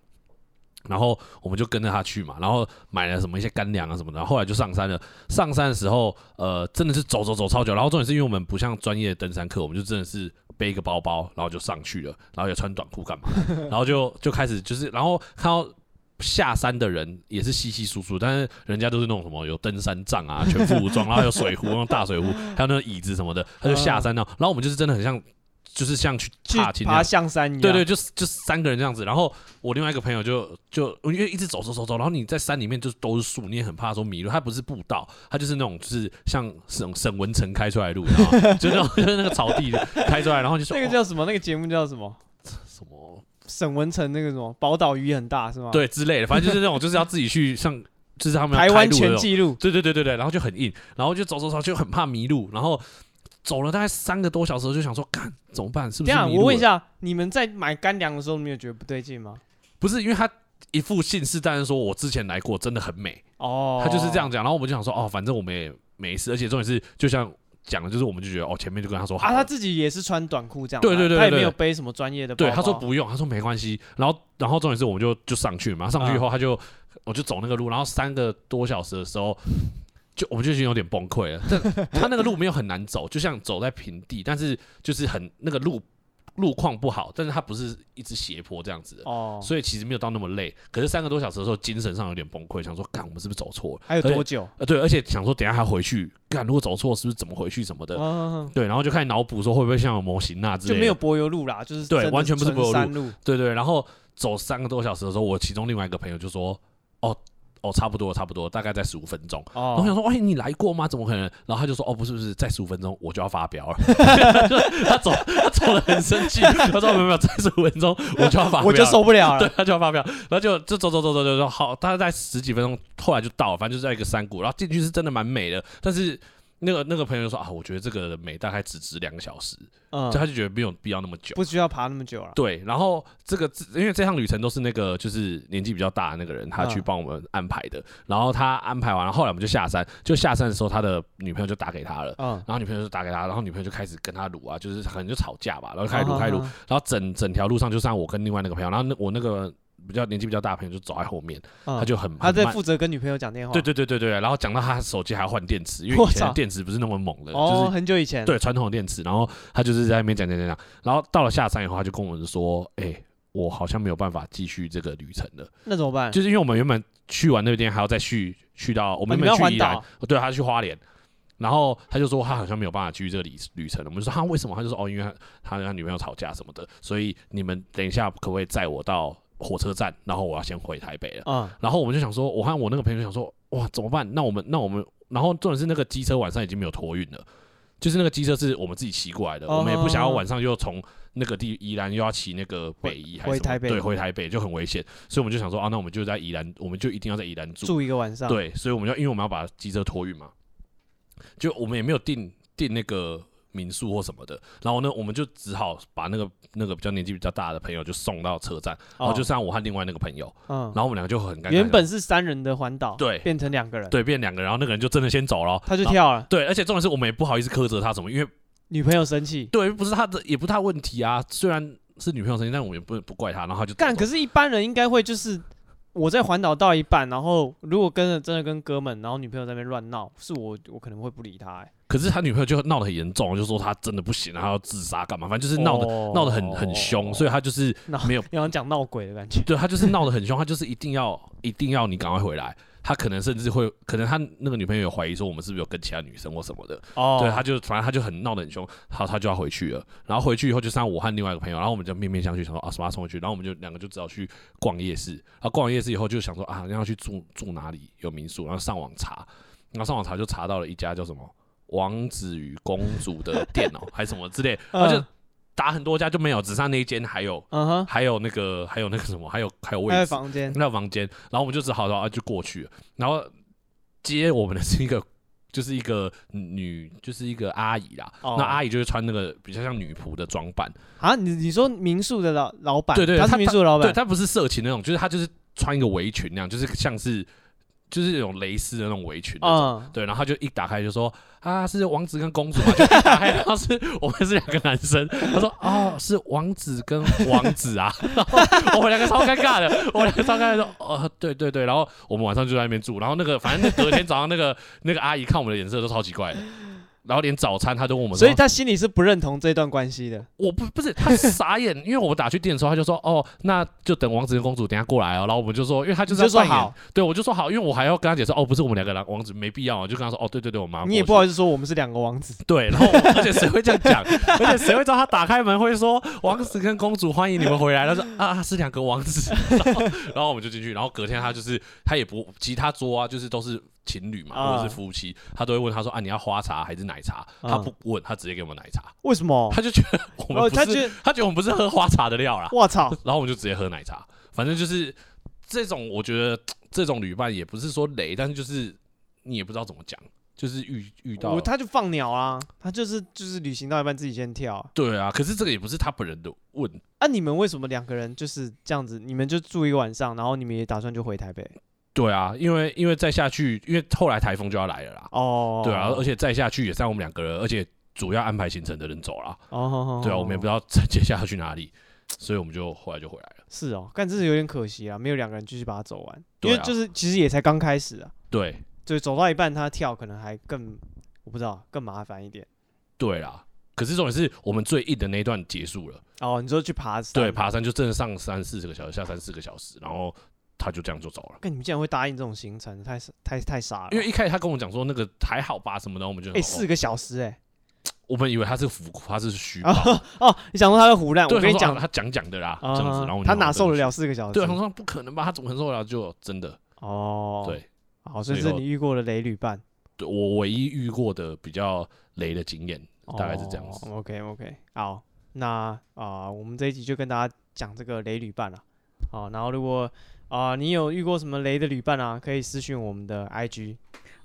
然后我们就跟着他去嘛，然后买了什么一些干粮啊什么的，然后后来就上山了。上山的时候，呃，真的是走走走超久。然后重点是因为我们不像专业的登山客，我们就真的是背一个包包，然后就上去了，然后也穿短裤干嘛，然后就就开始就是，然后看到下山的人也是稀稀疏疏，但是人家都是那种什么有登山杖啊，全副武装，然后有水壶，那种大水壶，还有那个椅子什么的，他就下山了。然后我们就是真的很像，就是像去
去
踏青那
爬
样。
象山一样，
对对，就是就三个人这样子。然后我另外一个朋友就就因为一直走走走走，然后你在山里面就是都是树，你也很怕说迷路。它不是步道，它就是那种就是像沈沈文成开出来的路，你知道 吗？就那种就是那个草地开出来，然后你就说
那个
哦
叫什么？那个节目叫什么？
什么
沈文成那个什么宝岛鱼很大是吗？，
对之类的，反正就是那种就是要自己去像就是他们要
台
开
湾
路的那
全
种。
纪录，
对对对对对，然后就很硬，然后就走走走就很怕迷路，然后走了大概三个多小时，就想说干怎么办？是不
这
是
样
迷路
我问一
了
下，你们在买干粮的时候，你有觉得不对劲吗？
不是因为他一副信誓旦旦说我之前来过，真的很美，
哦，
他就是这样讲，然后我们就想说哦，反正我们也没事，而且重点是就像讲的，就是我们就觉得哦，前面就跟他说好
啊，
了
他自己也是穿短裤这样来，
对对对
他也
对
没有背什么专业的包包，
对，他说不用，他说没关系。然后，然后重点是我们就就上去
嗯
嘛，上去以后他就、我就走那个路，然后三个多小时的时候，就我们就已经有点崩溃了。 但他那个路没有很难走，就像走在平地，但是就是很那个路路况不好，但是它不是一直斜坡这样子的。
哦，
所以其实没有到那么累，可是三个多小时的时候，精神上有点崩溃，想说，干，我们是不是走错了？
还有
而且
多久？
呃，对，而且想说等一下还回去，干，如果走错是不是怎么回去什么的？
嗯，
对，然后就开始脑补说会不会像有模型啊那之类
就
的，
没有柏油路啦，就是
对
真的
完全不是
纯
柏油路
山路，
对对，然后走三个多小时的时候，我其中另外一个朋友就说：“哦哦，差不多差不多，大概在十五分钟。”然后我想
哦，
说：“哎，你来过吗？怎么可能？”然后他就说：“哦，不是不是，在十五分钟我就要发飙了。” 他走他走的很生气，他说：“没有没有，在十五分钟我就要发飙了，
我就受不了
对
了，，
他就要发飙，然后就就走走走走走走，好，大概在十几分钟，后来就到了，反正就在一个山谷，然后进去是真的蛮美的，但是那个那个朋友说啊，我觉得这个美大概只值两个小时，
嗯
所以，他就觉得没有必要那么久。
不需要爬那么久了，
对，然后这个因为这趟旅程都是那个就是年纪比较大的那个人，他去
嗯
帮我们安排的，然后他安排完，然后后来我们就下山，就下山的时候，他的女朋友就打给他了。
嗯，
然后女朋友就打给他，然后女朋友就开始跟他撸啊，就是可能就吵架吧，然后开始撸
啊
开始撸，
啊
然后整整条路上就剩我跟另外那个朋友，然后那我那个比较年纪比较大的朋友就走在后面，
啊
他就很
他在
很慢
负责跟女朋友讲电话，
对对对对对，然后讲到他手机还要换电池，因为
我
以前
操
的电池不是那么猛的，
哦，
就是
很久以前，
对传统的电池，然后他就是在那边讲讲讲讲，然后到了下山以后，他就跟我们说，哎、我好像没有办法继续这个旅程了，
那怎么办？
就是因为我们原本去完那边还要再去去到我
我
们
哦们
原
要
本去
环
宜兰
岛，，
对，他去花莲，然后他就说他好像没有办法继续这个旅旅程了。我们就说他为什么？他就说哦，因为他他跟他女朋友吵架什么的，所以你们等一下可不可以载我到火车站？然后我要先回台北了。
嗯，
然后我们就想说，我和我那个朋友就想说，哇，怎么办？那我们那我们，然后重点是那个机车晚上已经没有托运了。就是那个机车是我们自己骑过来的，
哦
我们也不想要晚上又从那个地宜兰又要骑那个北宜还是
回
什么
台北
对，回台北就很危险，所以我们就想说啊，那我们就在宜兰，我们就一定要在宜兰住，
住一个晚上，，
对，所以我们要因为我们要把机车托运嘛，就我们也没有订订那个民宿或什么的，然后呢，我们就只好把那个那个比较年纪比较大的朋友就送到车站，然后哦就像我和另外那个朋友，
哦嗯
然，后我们两个就很尴尬，
原本是三人的环岛，
对
变成两个人，
对变两个人，然后那个人就真的先走了，
他就
然后。
跳了，
对，而且重点是我们也不好意思苛责他什么，因为
女朋友生气。
对，不是他的，也不是他问题啊。虽然是女朋友生气，但我们也不不怪他，然后他就
干，
走
可
了
是，一般人应该会就是我在环岛到一半，然后如果跟着真的跟哥们，然后女朋友在那边乱闹，是我我可能会不理他、欸，
可是他女朋友就闹得很严重，就说他真的不行，然后要自杀干嘛，反正就是闹得
哦
闹得很很凶，所以他就是
闹
没有
有人讲闹鬼的感觉。
对他就是闹得很凶，他就是一定要 一定要你赶快回来。他可能甚至会，可能他那个女朋友有怀疑说我们是不是有跟其他女生或什么的，
哦
对，他就反正他就很闹得很凶，好，他就要回去了。然后回去以后就剩我和另外一个朋友，然后我们就面面相觑，想说啊什么要送回去，然后我们就两个就只好去逛夜市。然后逛完夜市以后就想说啊要去住住哪里有民宿，然后上网查，然后上网查就查到了一家叫什么王子与公主的店哦、还是什么之类，然后 就
嗯
打很多家就没有，只剩那一间还有
嗯哼，
还有那个，还有那个什么，还有还有
还
位
有
置，
房间，
那有房间，然后我们就只好说啊，就过去了。然后接我们的是一个，就是一个女，就是一个阿姨啦。
哦
那阿姨就是穿那个比较像女仆的装扮，
啊，你你说民宿的老老板，
对对
他
他
是民宿的老
对，
板，
她不是色情那种，就是她就是穿一个围裙那样，就是像是就是那种蕾丝的那种围裙那种
嗯，
对，然后他就一打开就说啊是王子跟公主嘛，就一 打开然后是我们是两个男生，他说哦是王子跟王子啊，然后我们两个超尴尬的，我们两个超尴尬的说哦对对对，然后我们晚上就在那边住，然后那个反正那隔天早上那个那个阿姨看我们的脸色都超奇怪的。然后连早餐她都问我们说，
所以他心里是不认同这段关系的。
我不不是他傻眼，因为我们打去店的时候，他就说哦，那就等王子跟公主等一下过来哦。然后我们就说，因为他就是
你就说
要扮演
好，
对我就说好，因为我还要跟他解释哦，不是我们两个人，王子没必要啊，我就跟他说哦，对对对，我妈
你也不好意思说我们是两个王子，
对，然后我而且谁会这样讲？而且谁会知道他打开门会说王子跟公主欢迎你们回来？他说啊是两个王子，然后然后我们就进去，然后隔天他就是他也不其他桌啊，就是都是情侣嘛、
啊
或者是夫妻，他都会问他说啊你要花茶还是奶茶？
啊
他不问，他直接给我们奶茶，
为什么？
他就觉得我们
哦
不是、
他觉得
他觉得我们不是喝花茶的料啦，
我操，
然后我们就直接喝奶茶。反正就是这种，我觉得这种旅伴也不是说雷，但是就是你也不知道怎么讲，就是遇遇到
我他就放鸟啦，他就是就是旅行到一半自己先跳啊。
对啊，可是这个也不是他本人的问，
啊，你们为什么两个人就是这样子？你们就住一个晚上，然后你们也打算就回台北？
对啊，因为因为再下去，因为后来台风就要来了啦，
哦，
对啊，而
且
且再下去也剩我们两个人，而且主要安排行程的人走了，
哦，
对啊，我们也不知
道。
道 接下来要去哪里，所以我们就后来就回来了，
是哦，但这是有点可惜啊，没有两个人继续把它走完，因
对
为
啊
就是其实也才刚开始啊，
对
对，走到一半他跳可能还更我不知道更麻烦一点。
对啦。可是重点是我们最硬的那一段结束了，
哦，你说去爬山？
对，。爬山就真的上三四个小时，下三四个小时，然后他就这样就走了。
跟你们竟然会答应这种行程，太太太傻了吧。
因为一开始他跟我讲说那个还好吧什么的，我们就
哎、四
哦
个小时哎、
我们以为他是浮，他是虚报，
哦哦，你想说他在胡乱？
对
我跟你
想说
讲
啊，他讲讲的啦，这
啊
样子，然后我们
他
就
哪
哦
受
对不
得
起
了四个小时？
对，他说不可能吧，他怎么可能受得了？就真的，
哦，
对，
好，所以这
所以
是
后
你遇过的雷旅伴，
对我唯一遇过的比较雷的经验，大概是这样子。
OK OK，好，那啊、我们这一集就跟大家讲这个雷旅伴了。好，然后如果啊、你有遇过什么雷的旅伴啊，可以私讯我们的 IG。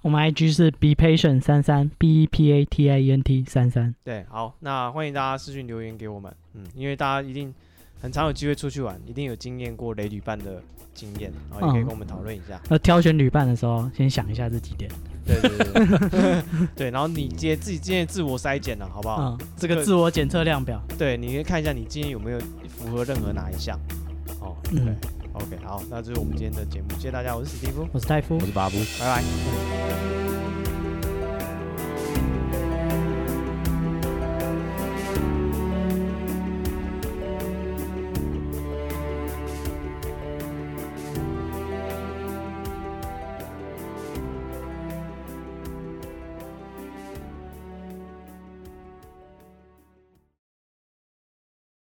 我们 IG 是 be patient 三三 b e p a t i e n t 三三。
对，好，那欢迎大家私讯留言给我们，嗯，因为大家一定很常有机会出去玩，一定有经验过雷旅伴的经验，然后也可以
嗯
跟我们讨论一下。
那挑选旅伴的时候，先想一下这几点。
对对对对 对，然后你接自己今天自我筛检了，好不好？
嗯，这个自我检测量表。
对，你可以看一下你今天有没有符合任何哪一项。哦，对、
嗯，
o k 好，那这是我们今天的节目，谢谢大家，我是史蒂夫，
我是戴夫
我。是巴布。
拜拜。
拜拜。